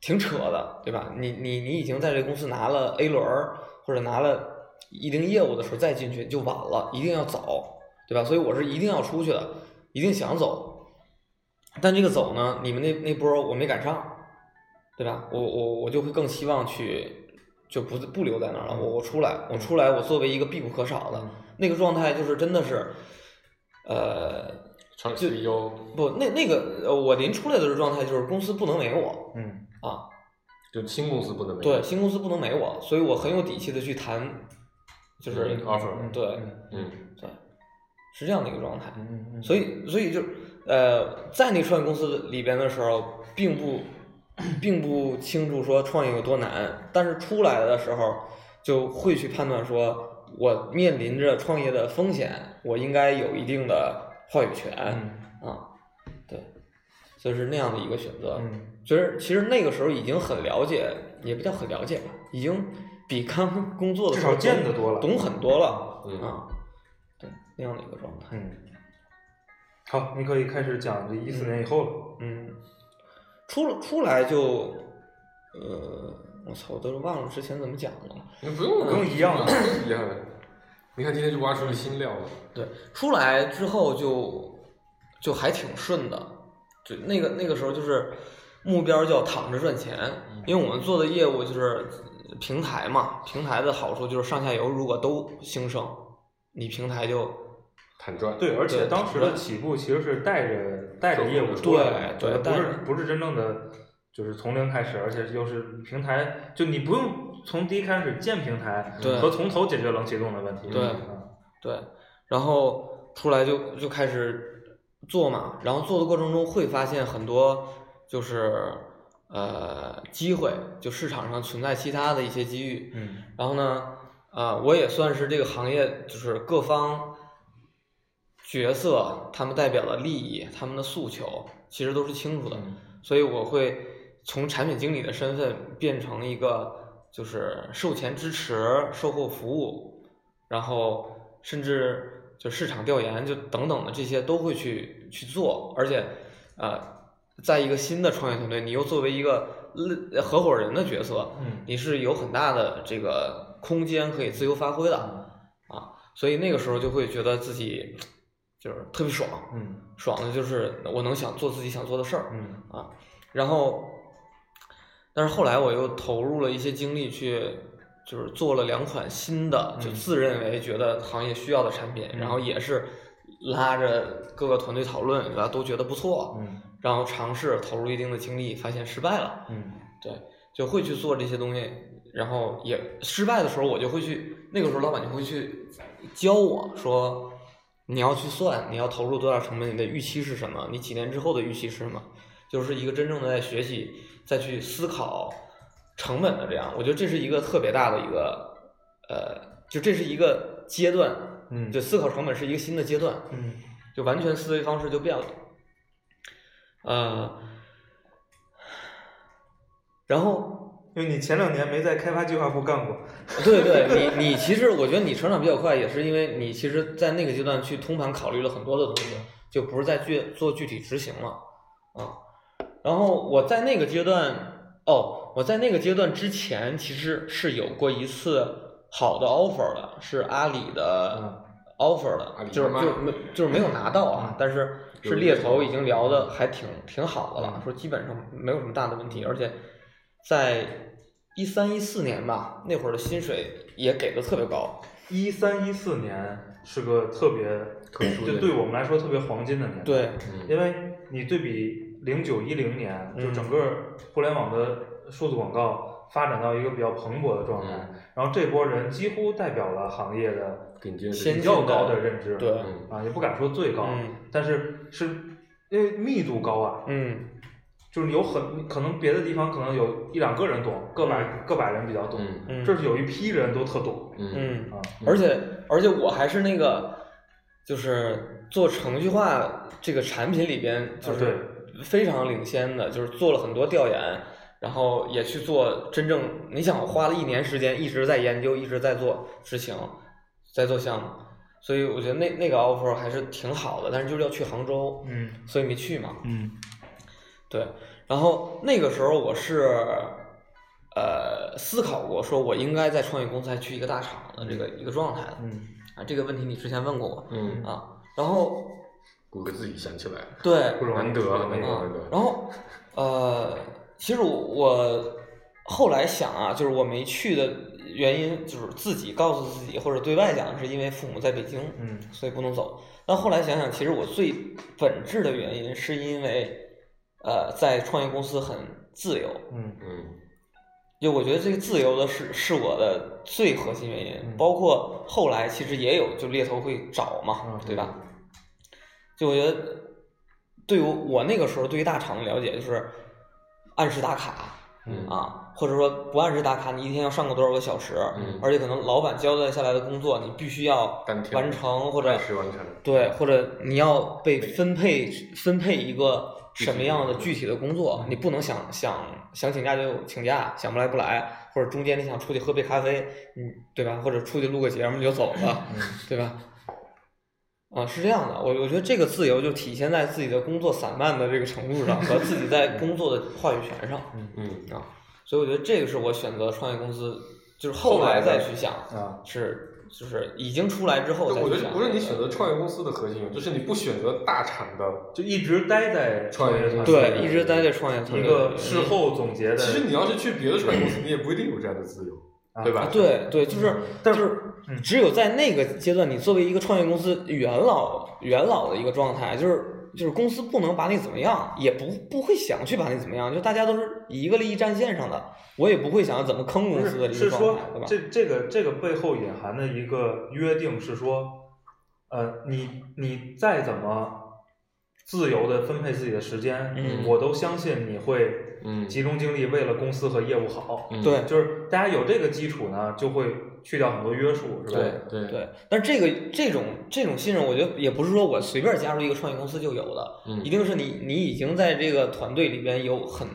挺扯的，对吧？你你你已经在这个公司拿了 A 轮儿或者拿了一定业务的时候再进去就晚了，一定要走，对吧？所以我是一定要出去的，一定想走。但这个走呢，你们那那波儿我没赶上，对吧？我我我就会更希望去就不不留在那儿了，我我出来，我出来，我作为一个必不可少的那个状态，就是真的是，呃，长期有不，那那个呃我临出来的状态就是公司不能没我嗯啊，就新公司不能没有对，新公司不能没我，所以我很有底气的去谈，就是嗯 offer，对嗯嗯对，是这样的一个状态。嗯嗯，所以以，所以就呃，在那创业公司里边的时候，并不并不清楚说创业有多难，但是出来的时候就会去判断说，我面临着创业的风险，我应该有一定的话语权、嗯啊，对，所以是那样的一个选择。嗯其实，其实那个时候已经很了解，也不叫很了解吧，已经比刚工作的时候至少见得多了懂很多了、嗯啊，对，那样的一个状态。嗯，好，你可以开始讲这一四年以后了。嗯，出了出来就，呃，我操，我都忘了之前怎么讲了。你不用不用一样的不用一样的。你看今天就挖出了新料了，对，出来之后就就还挺顺的，就那个那个时候就是目标叫躺着赚钱，因为我们做的业务就是平台嘛，平台的好处就是上下游如果都兴盛，你平台就坦赚。对，而且对当时的起步其实是带着带着业务出来的，对对不是带着不是真正的就是从零开始，而且又是平台，就你不用从第一开始建平台对和从头解决冷启动的问题。对嗯对，然后出来就就开始做嘛，然后做的过程中会发现很多就是呃机会，就市场上存在其他的一些机遇。嗯然后呢，啊、我也算是这个行业就是各方角色他们代表的利益、他们的诉求，其实都是清楚的。嗯所以我会从产品经理的身份变成一个就是售前支持、售后服务，然后甚至就市场调研就等等的这些都会去去做，而且呃，在一个新的创业团队，你又作为一个呃合伙人的角色，嗯你是有很大的这个空间可以自由发挥的啊，所以那个时候就会觉得自己就是特别爽，嗯爽的就是我能想做自己想做的事儿，嗯啊，然后，但是后来我又投入了一些精力去，就是做了两款新的，就嗯自认为觉得行业需要的产品，然后也是拉着各个团队讨论，然后都觉得不错，嗯然后尝试投入一定的精力，发现失败了，嗯对，就会去做这些东西，然后也失败的时候，我就会去，那个时候老板就会去教我说，你要去算，你要投入多少成本，你的预期是什么，你几年之后的预期是什么，就是一个真正的在学习，再去思考成本的这样，我觉得这是一个特别大的一个，呃，就这是一个阶段，嗯，就思考成本是一个新的阶段，嗯就完全思维方式就变了。呃，然后因为你前两年没在开发计划部干过，对对，你你其实我觉得你成长比较快，也是因为你其实，在那个阶段去通盘考虑了很多的东西，就不是在具做具体执行了啊。然后我在那个阶段，哦，我在那个阶段之前其实是有过一次好的 offer 的，是阿里的 offer 的，嗯阿里嗯就是妈妈就是没就是没有拿到啊，但是是猎头已经聊的还挺挺好的了，说基本上没有什么大的问题，而且在一三一四年吧，那会儿的薪水也给的特别高，一三一四年是个特别特殊的就对我们来说特别黄金的年代。对，嗯因为你对比零九一零年，嗯就整个互联网的数字广告发展到一个比较蓬勃的状态，嗯然后这波人几乎代表了行业的顶尖先比进较的高的认知，对嗯啊，也不敢说最高，嗯但是是因为密度高啊，嗯就是有很可能别的地方可能有一两个人懂，个百、个百人比较懂，嗯嗯，这是有一批人都特懂嗯嗯，啊，而且而且我还是那个，就是做程序化这个产品里边，就啊对是非常领先的，就是做了很多调研，然后也去做真正，你想我花了一年时间一直在研究，一直在做执行，在做项目，所以我觉得那那个 offer 还是挺好的，但是就是要去杭州，嗯所以没去嘛。嗯对，然后那个时候我是，呃，思考过，说我应该在创业公司还去一个大厂的这个一个状态的嗯啊，这个问题你之前问过我嗯，啊，然后谷歌自己想起来，对啊不，容易难得不容易难得啊，然后呃，其实我我后来想啊，就是我没去的原因，就是自己告诉自己或者对外讲，是因为父母在北京，嗯所以不能走。但后来想想，其实我最本质的原因是因为，呃，在创业公司很自由，嗯嗯就我觉得这个自由的是是我的最核心原因，嗯包括后来其实也有就猎头会找嘛嗯，对吧？就我觉得，对于我那个时候对于大厂的了解就是按时打卡嗯啊，或者说不按时打卡，你一天要上个多少个小时，嗯，而且可能老板交代下来的工作你必须要当天完成或者暂时完成了，对，或者你要被分配嗯分配一个什么样的具体的工作，你不能想想想请假就请假，想不来不来，或者中间你想出去喝杯咖啡，嗯，对吧？或者出去录个节目你就走了，嗯对吧？啊，是这样的，我我觉得这个自由就体现在自己的工作散漫的这个程度上和自己在工作的话语权上嗯啊，所以我觉得这个是我选择创业公司，就是后后来来再的去想，啊，是就是已经出来之后对再我去觉得想。不是你选择创业公司的核心，就是你不选择大厂的。就一直待在创业团队对，一直啊待在创业团一队个里事后总结的，其实你要是去别的创业公司，你也不一定有这样的自由，啊对吧啊，？对对，就是嗯，就但是是嗯只有在那个阶段，你作为一个创业公司元老元老的一个状态，就是就是公司不能把你怎么样，也不不会想去把你怎么样，就大家都是以一个利益战线上的，我也不会想要怎么坑公司的不是这是个状说态，对吧？这这个这个背后隐含的一个约定是说，呃，你你再怎么自由的分配自己的时间，嗯我都相信你会嗯集中精力为了公司和业务好。嗯对就是大家有这个基础呢，就会去掉很多约束，是吧？对对，对，但是这个这种这种信任，我觉得也不是说我随便加入一个创业公司就有的，嗯一定是你你已经在这个团队里边有很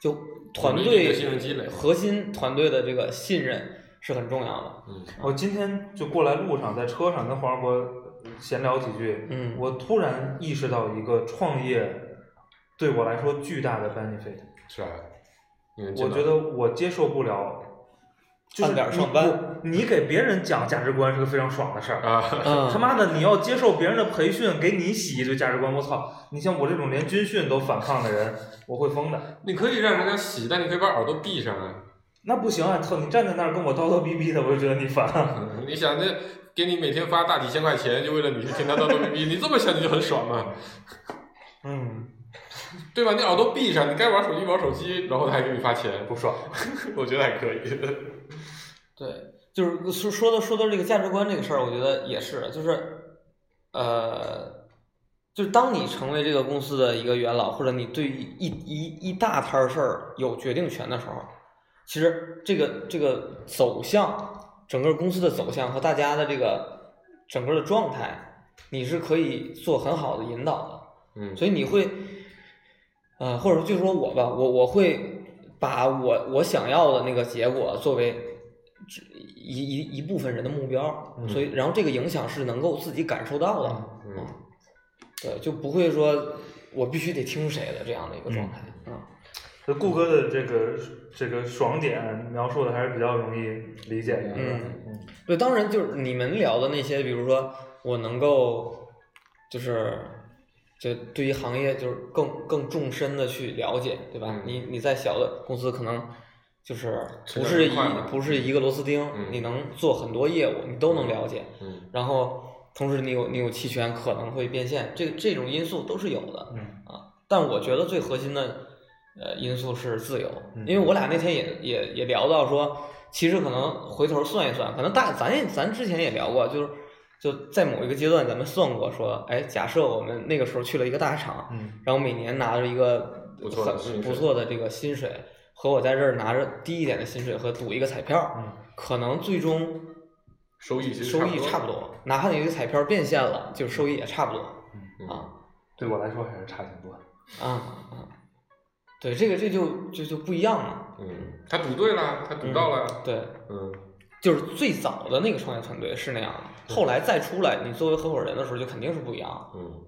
就团有一定队的信任积累核心团队的这个信任是很重要的。嗯我今天就过来路上，在车上跟黄世博闲聊几句，嗯我突然意识到一个创业对我来说巨大的 benefit，是啊，你能我见到觉得我接受不了，就是按点儿你上班我你给别人讲价值观是个非常爽的事儿。啊，嗯他妈的，你要接受别人的培训，给你洗一堆价值观，我操！你像我这种连军训都反抗的人，我会疯的。 你可以让人家洗，但你可以把耳朵闭上啊。那不行啊！操，你站在那儿跟我叨叨逼逼的，我就觉得你烦。你想那给你每天发大几千块钱，就为了你去听他叨叨逼逼，你这么想你就很爽嘛，嗯，对吧？你耳朵闭上，你该玩手机玩手机，然后他还给你发钱，不爽。 我觉得还可以。对，就是说说到说到这个价值观这个事儿，我觉得也是，就是，呃，就是当你成为这个公司的一个元老，或者你对于一一一大摊儿事儿有决定权的时候，其实这个这个走向，整个公司的走向和大家的这个整个的状态，你是可以做很好的引导的。嗯所以你会，呃，或者说就说我吧，我我会把我我想要的那个结果作为只一一一部分人的目标，所以然后这个影响是能够自己感受到的，嗯，对，就不会说我必须得听谁的这样的一个状态，嗯，就顾哥的这个这个爽点描述的还是比较容易理解的。嗯嗯对，当然就是你们聊的那些，比如说我能够就是。就对于行业就是更更纵深的去了解，对吧？嗯你你在小的公司可能就是成长不是更一快嘛不是一个螺丝钉，嗯你能做很多业务，你都能了解。嗯然后同时你有你有期权可能会变现，这这种因素都是有的。嗯但我觉得最核心的呃因素是自由，嗯因为我俩那天也也也聊到说，其实可能回头算一算，可能大咱也咱之前也聊过，就是就在某一个阶段咱们算过说，哎，假设我们那个时候去了一个大厂，嗯然后每年拿着一个不错的很薪水不错的这个薪水，和我在这儿拿着低一点的薪水和赌一个彩票，嗯可能最终收益其实收益差不多，哪怕你这彩票变现了，就收益也差不多嗯，啊。对我来说还是差挺多。啊啊，对，这个这就这就不一样了。嗯，他赌对了，他赌到了，对，嗯就是最早的那个创业团队是那样的，后来再出来，你作为合伙人的时候就肯定是不一样了。嗯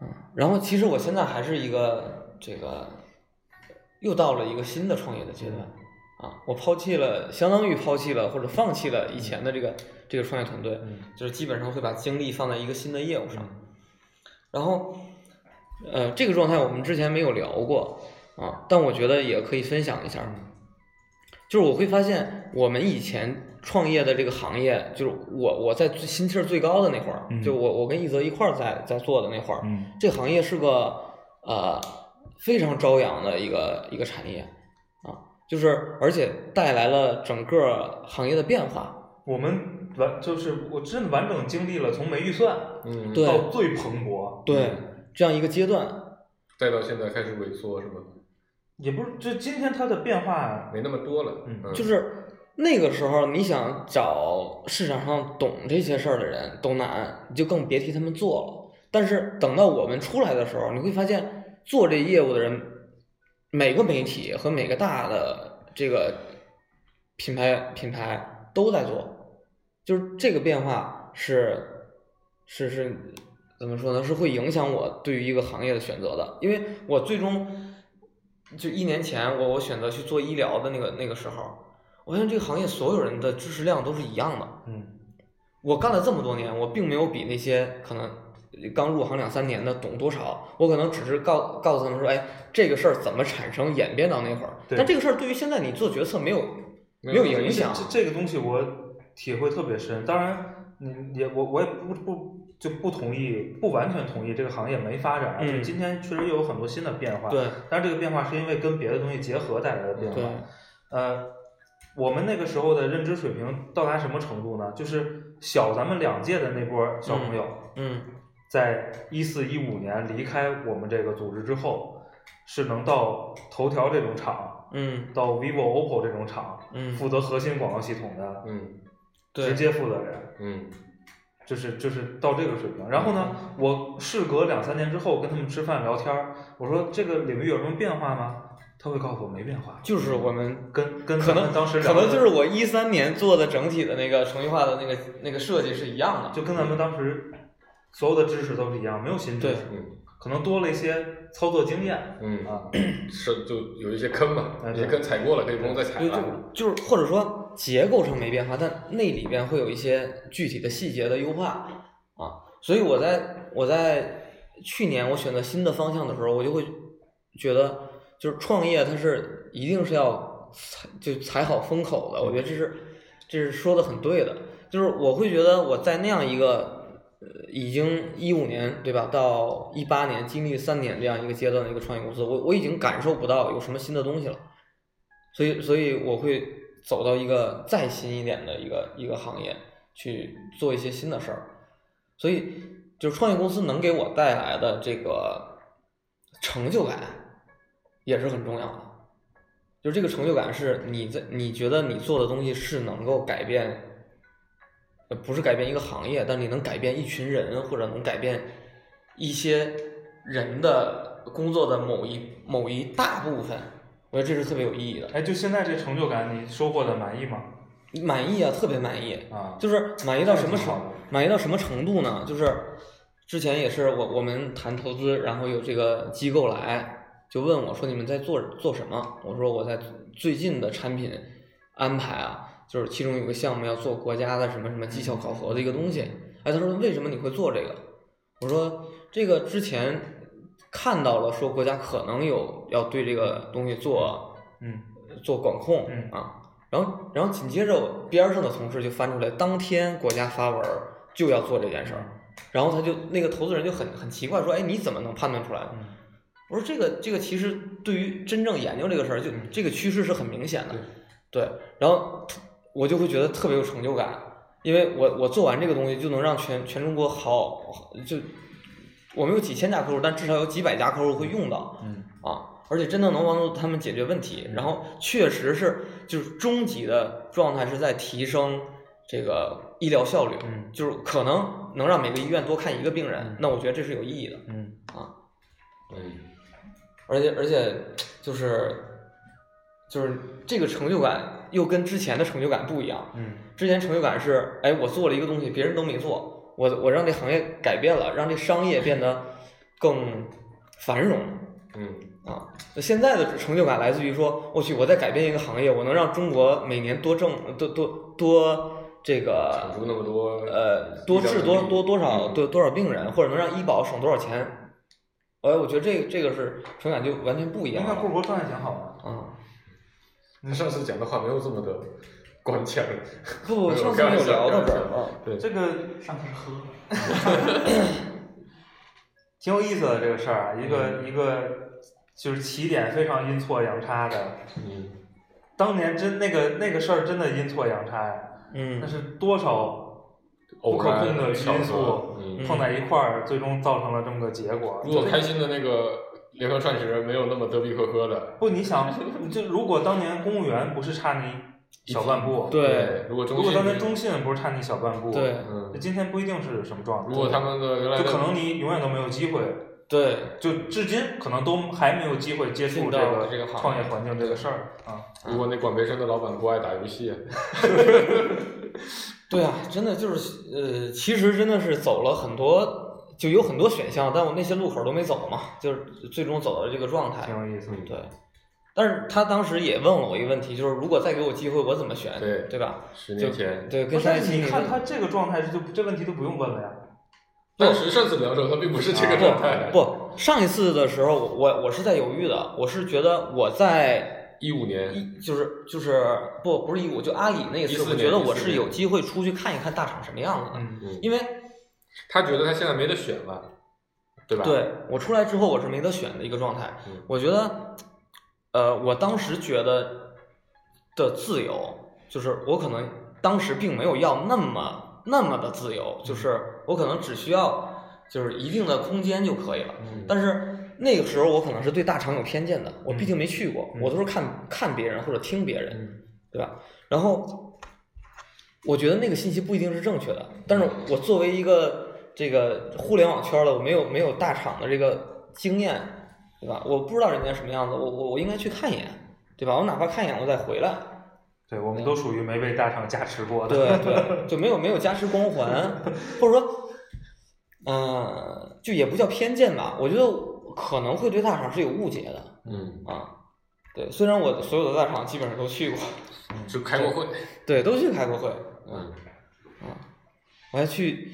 嗯，然后其实我现在还是一个这个，又到了一个新的创业的阶段嗯啊，我抛弃了，相当于抛弃了或者放弃了以前的这个这个创业团队，嗯就是基本上会把精力放在一个新的业务上。然后，呃，这个状态我们之前没有聊过，啊，但我觉得也可以分享一下，嗯就是我会发现我们以前创业的这个行业，就是我我在最心气儿最高的那会儿，嗯就我我跟一泽一块儿在在做的那会儿，嗯这行业是个呃非常朝阳的一个一个产业啊，就是而且带来了整个行业的变化，我们完就是我真的完整经历了从没预算嗯，对到最蓬勃，对嗯这样一个阶段，再到现在开始萎缩是吧？也不是就今天它的变化，没那么多了，嗯就是那个时候，你想找市场上懂这些事儿的人都难，你就更别提他们做了。但是等到我们出来的时候，你会发现做这业务的人，每个媒体和每个大的这个品牌品牌都在做，就是这个变化是是是怎么说呢？是会影响我对于一个行业的选择的，因为我最终就一年前我我选择去做医疗的那个那个时候，我发现这个行业所有人的知识量都是一样的。嗯我干了这么多年，我并没有比那些可能刚入行两三年的懂多少，我可能只是告告诉他们说，哎，这个事儿怎么产生演变到那会儿。对但这个事儿对于现在你做决策没有没有影响啊这，这个东西我体会特别深。当然，你也我我也不不就不同意，不完全同意这个行业没发展啊。嗯就今天确实又有很多新的变化，对但是这个变化是因为跟别的东西结合带来的变化。对，呃，我们那个时候的认知水平到达什么程度呢？就是小咱们两届的那波小朋友，嗯，在一四一五年离开我们这个组织之后，是能到头条这种厂，嗯到 vivo、oppo 这种厂，嗯，负责核心广告系统的嗯对直接负责人。嗯就是就是到这个水平，然后呢，嗯我事隔两三年之后跟他们吃饭聊天儿，我说这个领域有什么变化吗？他会告诉我没变化，就是我们跟跟可咱能们当时聊可能的就是我一三年做的整体的那个程序化的那个那个设计是一样的。就跟咱们当时所有的知识都是一样，没有新知识对，嗯可能多了一些操作经验嗯，啊。是就有一些坑嘛，嗯有些坑踩过了，可以不用再踩啊对，了。就就是或者说结构上没变化，但那里边会有一些具体的细节的优化啊。所以我在我在去年我选择新的方向的时候，我就会觉得，就是创业它是一定是要踩就踩好风口的。我觉得这是这是说的很对的，就是我会觉得我在那样一个。呃，已经一五年对吧，到一八年经历三年这样一个阶段的一个创业公司，我我已经感受不到有什么新的东西了。所以所以我会走到一个再新一点的一个一个行业去做一些新的事儿，所以就是创业公司能给我带来的这个成就感也是很重要的，就是这个成就感是你在你觉得你做的东西是能够改变，呃不是改变一个行业，但你能改变一群人或者能改变一些人的工作的某一某一大部分。我觉得这是特别有意义的，哎，就现在这成就感，你收获的满意吗？满意啊，特别满意，啊，就是满意到什么那挺程好的满意到什么程度呢？就是之前也是我我们谈投资，然后有这个机构来就问我说你们在做做什么？我说我在最近的产品安排啊，就是其中有个项目要做国家的什么什么绩效考核的一个东西。哎，他说为什么你会做这个？我说这个之前看到了，说国家可能有要对这个东西做嗯做管控嗯啊。然后，然后紧接着我边上的同事就翻出来，当天国家发文儿就要做这件事儿，嗯然后他就那个投资人就很很奇怪，说：“哎，你怎么能判断出来呢嗯，？”我说：“这个这个其实对于真正研究这个事儿，就这个趋势是很明显的，对。然后我就会觉得特别有成就感，因为我我做完这个东西就能让全全中国好就我们有几千家客户，但至少有几百家客户会用到，嗯啊，而且真的能帮助他们解决问题。然后确实是，就是终极的状态是在提升这个医疗效率，嗯就是可能能让每个医院多看一个病人嗯，那我觉得这是有意义的。嗯嗯，而且而且就是就是这个成就感又跟之前的成就感不一样，嗯之前成就感是，哎，我做了一个东西，别人都没做，我我让这行业改变了，让这商业变得更繁荣。嗯啊，那现在的成就感来自于说，我去，我在改变一个行业，我能让中国每年多挣多多多这产个出那么多呃多医疗治能多力多多少嗯多多少病人，或者能让医保省多少钱哎，我觉得这个这个是手感就完全不一样应该了。哎顾博状态挺好的，嗯，你上次讲的话没有这么的官腔， 不，没有上次开玩有笑聊开到玩这笑儿啊。对，这个上次喝了， 挺有意思的这个事儿啊，一个、嗯一个就是起点非常阴错阳差的，嗯，当年真那个那个事儿真的阴错阳差呀，那嗯，是多少不偶可然控的巧因合素，嗯，碰在一块儿，最终造成了这么个结果。如果开心的那个联合创始人没有那么得逼呵呵的，不，你想，就如果当年公务员不是差你小半步，对，如果中如果信当年中信不是差你小半步，对嗯就，今天不一定是什么状态。如果他们的原来就的可能你永远都没有机会，对，就至今可能都还没有机会接触进这到个这个行业创业环境这个事儿啊。如果那管培生的老板不爱打游戏，对啊，真的就是呃，其实真的是走了很多，就有很多选项，但我那些路口都没走嘛，就是最终走到这个状态挺。有意思。嗯对，但是他当时也问了我一个问题，就是如果再给我机会，我怎么选？对对吧？十年前，对，不跟是，上一但期是你看问他这个状态，就这问题都不用问了呀。但是上次聊的时候他并不是这个状态，啊不上一次的时候，我我我是在犹豫的，我是觉得我在一五年，一就是就是不不是一五就阿里那次， 14我觉得年我14是年有机会出去看一看大厂什么样子的，嗯，嗯，因为他觉得他现在没得选了，对吧？，对我出来之后，我是没得选的一个状态。嗯我觉得，呃，我当时觉得的自由，就是我可能当时并没有要那么那么的自由，嗯就是我可能只需要就是一定的空间就可以了。嗯，但是那个时候我可能是对大厂有偏见的，我毕竟没去过，嗯我都是看看别人或者听别人，嗯对吧？然后我觉得那个信息不一定是正确的，但是我作为一个这个互联网圈儿的，我没有没有大厂的这个经验，对吧？我不知道人家什么样子，我我我应该去看一眼，对吧？我哪怕看一眼，我再回来，对，我们都属于没被大厂加持过的。对对，就没有没有加持光环，或者说，嗯、就也不叫偏见吧，我觉得可能会对大厂是有误解的嗯，啊。对，虽然我所有的大厂基本上都去过， 就开过会，嗯对，都去开过会，嗯，我还去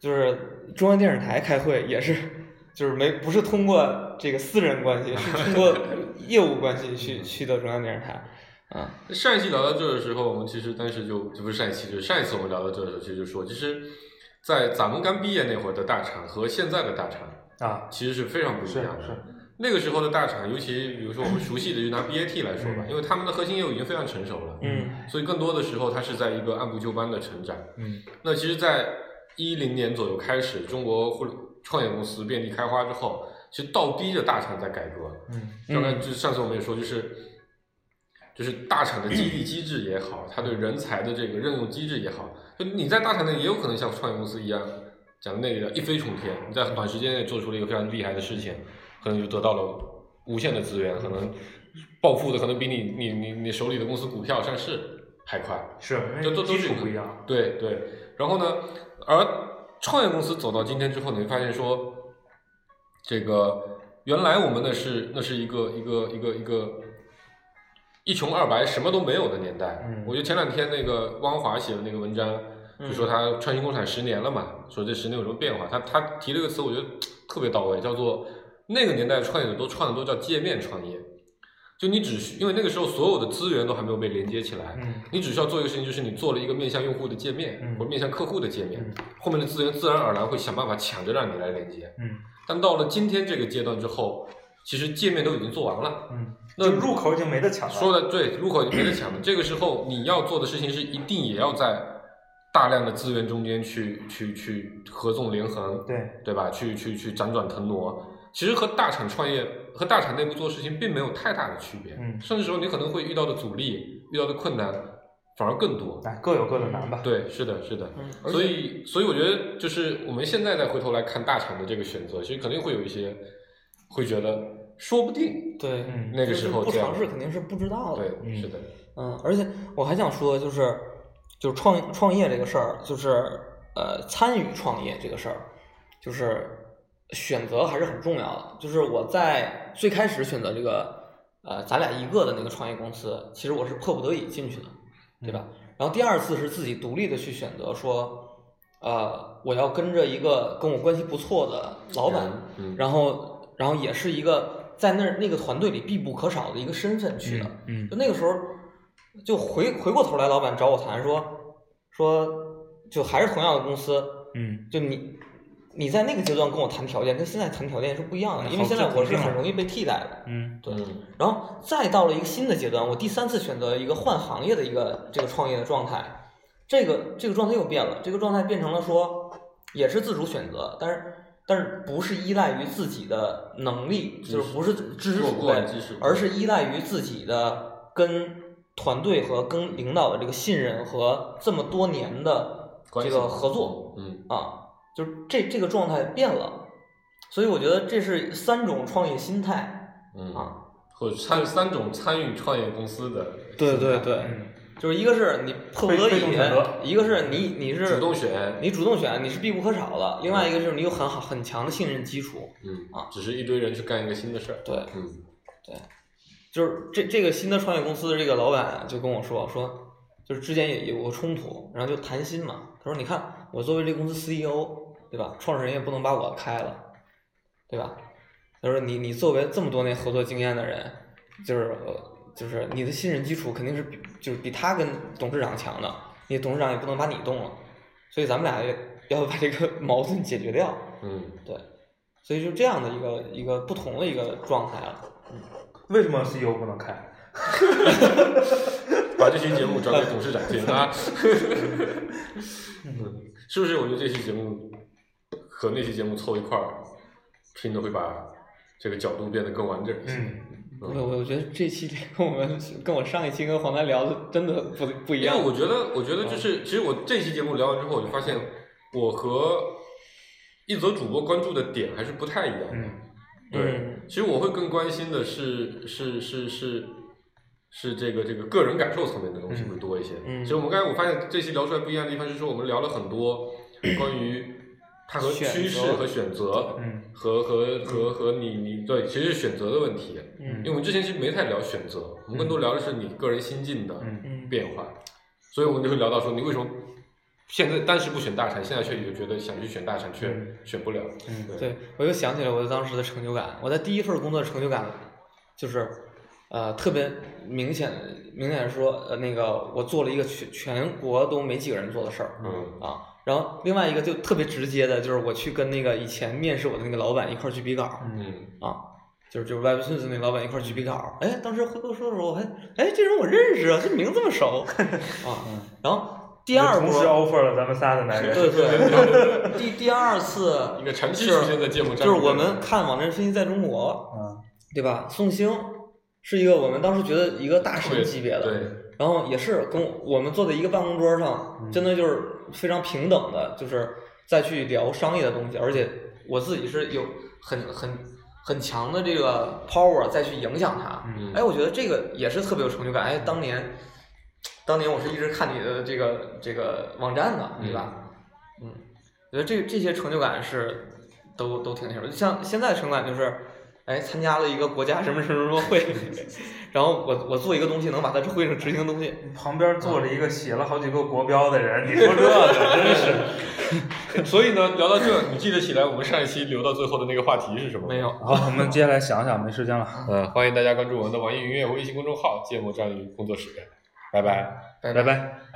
就是中央电视台开会，也是就是没不是通过这个私人关系，是 通过业务关系去去的中央电视台。啊，上一期聊到这儿的时候，我们其实当时就就不是上一期，就是上一次我们聊到这儿的时候，其实就说，其实，在咱们刚毕业那会儿的大厂和现在的大厂啊，其实是非常不一是样的。是，那个时候的大厂，尤其比如说我们熟悉的，就拿 BAT 来说吧，嗯因为他们的核心业务已经非常成熟了，嗯所以更多的时候它是在一个按部就班的成长。嗯那其实，在一零年左右开始，中国互联创业公司遍地开花之后，其实倒逼着大厂在改革。嗯刚才就是上次我们也说，就是就是大厂的激励机制也好，它对人才的这个任用机制也好，就你在大厂内也有可能像创业公司一样讲的那个一飞冲天，你在短时间内做出了一个非常厉害的事情，可能就得到了无限的资源，可能暴富的可能比你你你你手里的公司股票上市还快。是，因为这都都基是础不一样。嗯对对，然后呢，而创业公司走到今天之后，你会发现说，这个原来我们那是那是一个一个一个一个一穷二白什么都没有的年代。嗯我觉得前两天那个汪华写的那个文章，就说他创新工厂十年了嘛，说这十年有什么变化？他他提了一个词，我觉得特别到位，叫做那个年代创业者都创的都叫界面创业。就你只需，因为那个时候所有的资源都还没有被连接起来，嗯你只需要做一个事情，就是你做了一个面向用户的界面，嗯或者面向客户的界面，嗯后面的资源自然而然会想办法抢着让你来连接。嗯但到了今天这个阶段之后，其实界面都已经做完了，嗯，那就入口已经没得抢了。说的对，入口已经没得抢了。这个时候你要做的事情是，一定也要在大量的资源中间去去去合纵连横，对，对吧？去去去辗转腾挪，其实和大厂创业和大厂内部做事情并没有太大的区别，嗯甚至时候你可能会遇到的阻力、遇到的困难反而更多。哎，各有各的难吧。 对，是的，是的。嗯，而所且以，所以我觉得就是我们现在再回头来看大厂的这个选择，其实肯定会有一些会觉得，说不定对，嗯那个就是时候不这样尝试肯定是不知道的。对，嗯是的，哦嗯，而且我还想说，就是就是创创业这个事儿，就是呃，参与创业这个事儿，就是选择还是很重要的。就是我在最开始选择这个呃，咱俩一个的那个创业公司，其实我是迫不得已进去的，对吧？嗯然后第二次是自己独立的去选择说。呃，我要跟着一个跟我关系不错的老板，嗯，然后然后也是一个在那儿那个团队里必不可少的一个身份去的。嗯就那个时候，就回回过头来，老板找我谈说说，就还是同样的公司，嗯就你你在那个阶段跟我谈条件，跟现在谈条件是不一样的，那因为好现在这我肯是定很啊容易被替代的。嗯对，嗯然后再到了一个新的阶段，我第三次选择一个换行业的一个这个创业的状态，这个这个状态又变了，这个状态变成了说也是自主选择，但是但是不是依赖于自己的能力，知识就是不是知识做储过备的，知识储备而是依赖于自己的跟团队和跟领导的这个信任和这么多年的这关系个合作，嗯，啊，就是这这个状态变了，所以我觉得这是三种创业心态嗯啊。或者参三种参与创业公司的心态，对对对，嗯就是一个是你迫不得被被已动选择，一个是你你是哎主动选，你主动选，你是必不可少的；另外一个就是你有很好很强的信任基础，嗯啊，只是一堆人去干一个新的事儿，对，嗯，就是这这个新的创业公司的这个老板就跟我说说，就是之前也有过冲突，然后就谈心嘛。他说：“你看，我作为这公司 CEO，对吧？创始人也不能把我开了，对吧？”他说：“你你作为这么多年合作经验的人，就是呃就是你的信任基础肯定是比就是比他跟董事长强的，你董事长也不能把你动了，所以咱们俩也要把这个 矛盾解决掉。嗯，对，所以就这样的一个一个不同的一个状态了。”为什么 CEO 不能开？把这期节目转给董事长听啊，嗯，是不是？我觉得这期节目和那期节目凑一块儿，拼的会把这个角度变得更完整一些。嗯我我觉得这期跟我们跟我上一期跟黄丹聊的真的不不一因为样。我觉得，我觉得就是，其实我这期节目聊完之后，我就发现我和一则主播关注的点还是不太一样的。嗯对，其实我会更关心的是是是是是这个这个个人感受层面的东西嗯会多一些。嗯其实我们刚才我发现这期聊出来不一样的地方是说，我们聊了很 多关于它和选择趋势和选择，嗯和和和和你你对，其实是选择的问题。因为我嗯们之前其实没太聊选择，我们更多聊的是你个人心境的嗯嗯变化，所以我们就会聊到说，你为什么现在当时不选大产，现在却你就觉得想去选大产，却嗯选不了。嗯对，我又想起来我当时的成就感。我在第一份工作的成就感就是，呃，特别明显明显地说，呃，那个我做了一个全全国都没几个人做的事儿嗯啊。然后另外一个就特别直接的，就是我去跟那个以前面试我的那个老板一块儿去比稿，嗯啊，就是就是 Web Twins 那老板一块儿举笔稿，哎，当时回头说的时候，我还哎这人我认识啊，这名字么熟啊。嗯，然后第二同时哦波， offer 了咱们仨的男人。对对，第第二次一个长期出现在节目就上，是我们看网站分析在中国，嗯对吧？宋星是一个我们当时觉得一个大特神别级别的，对，然后也是跟我我们坐在一个办公桌上，嗯真的就是非常平等的，就是再去聊商业的东西，而且我自己是有很很很强的这个 power 再去影响他。嗯哎，我觉得这个也是特别有成就感。哎，当年，当年我是一直看你的这个这个网站的，对吧？嗯，我觉得这这些成就感是都都挺那什么。像现在的成就感就是，哎，参加了一个国家什么什么什么会， 然后我我做一个东西能把它会上执行的东西，旁边坐着一个写了好几个国标的人，你说这个真是哎所以呢，聊到这，你记得起来我们上一期留到最后的那个话题是什么？没。有。 好，我们接下来想想，没时间了，嗯，欢迎大家关注我们的网易云音乐微信公众号“芥末章鱼工作室”，拜拜。拜拜拜。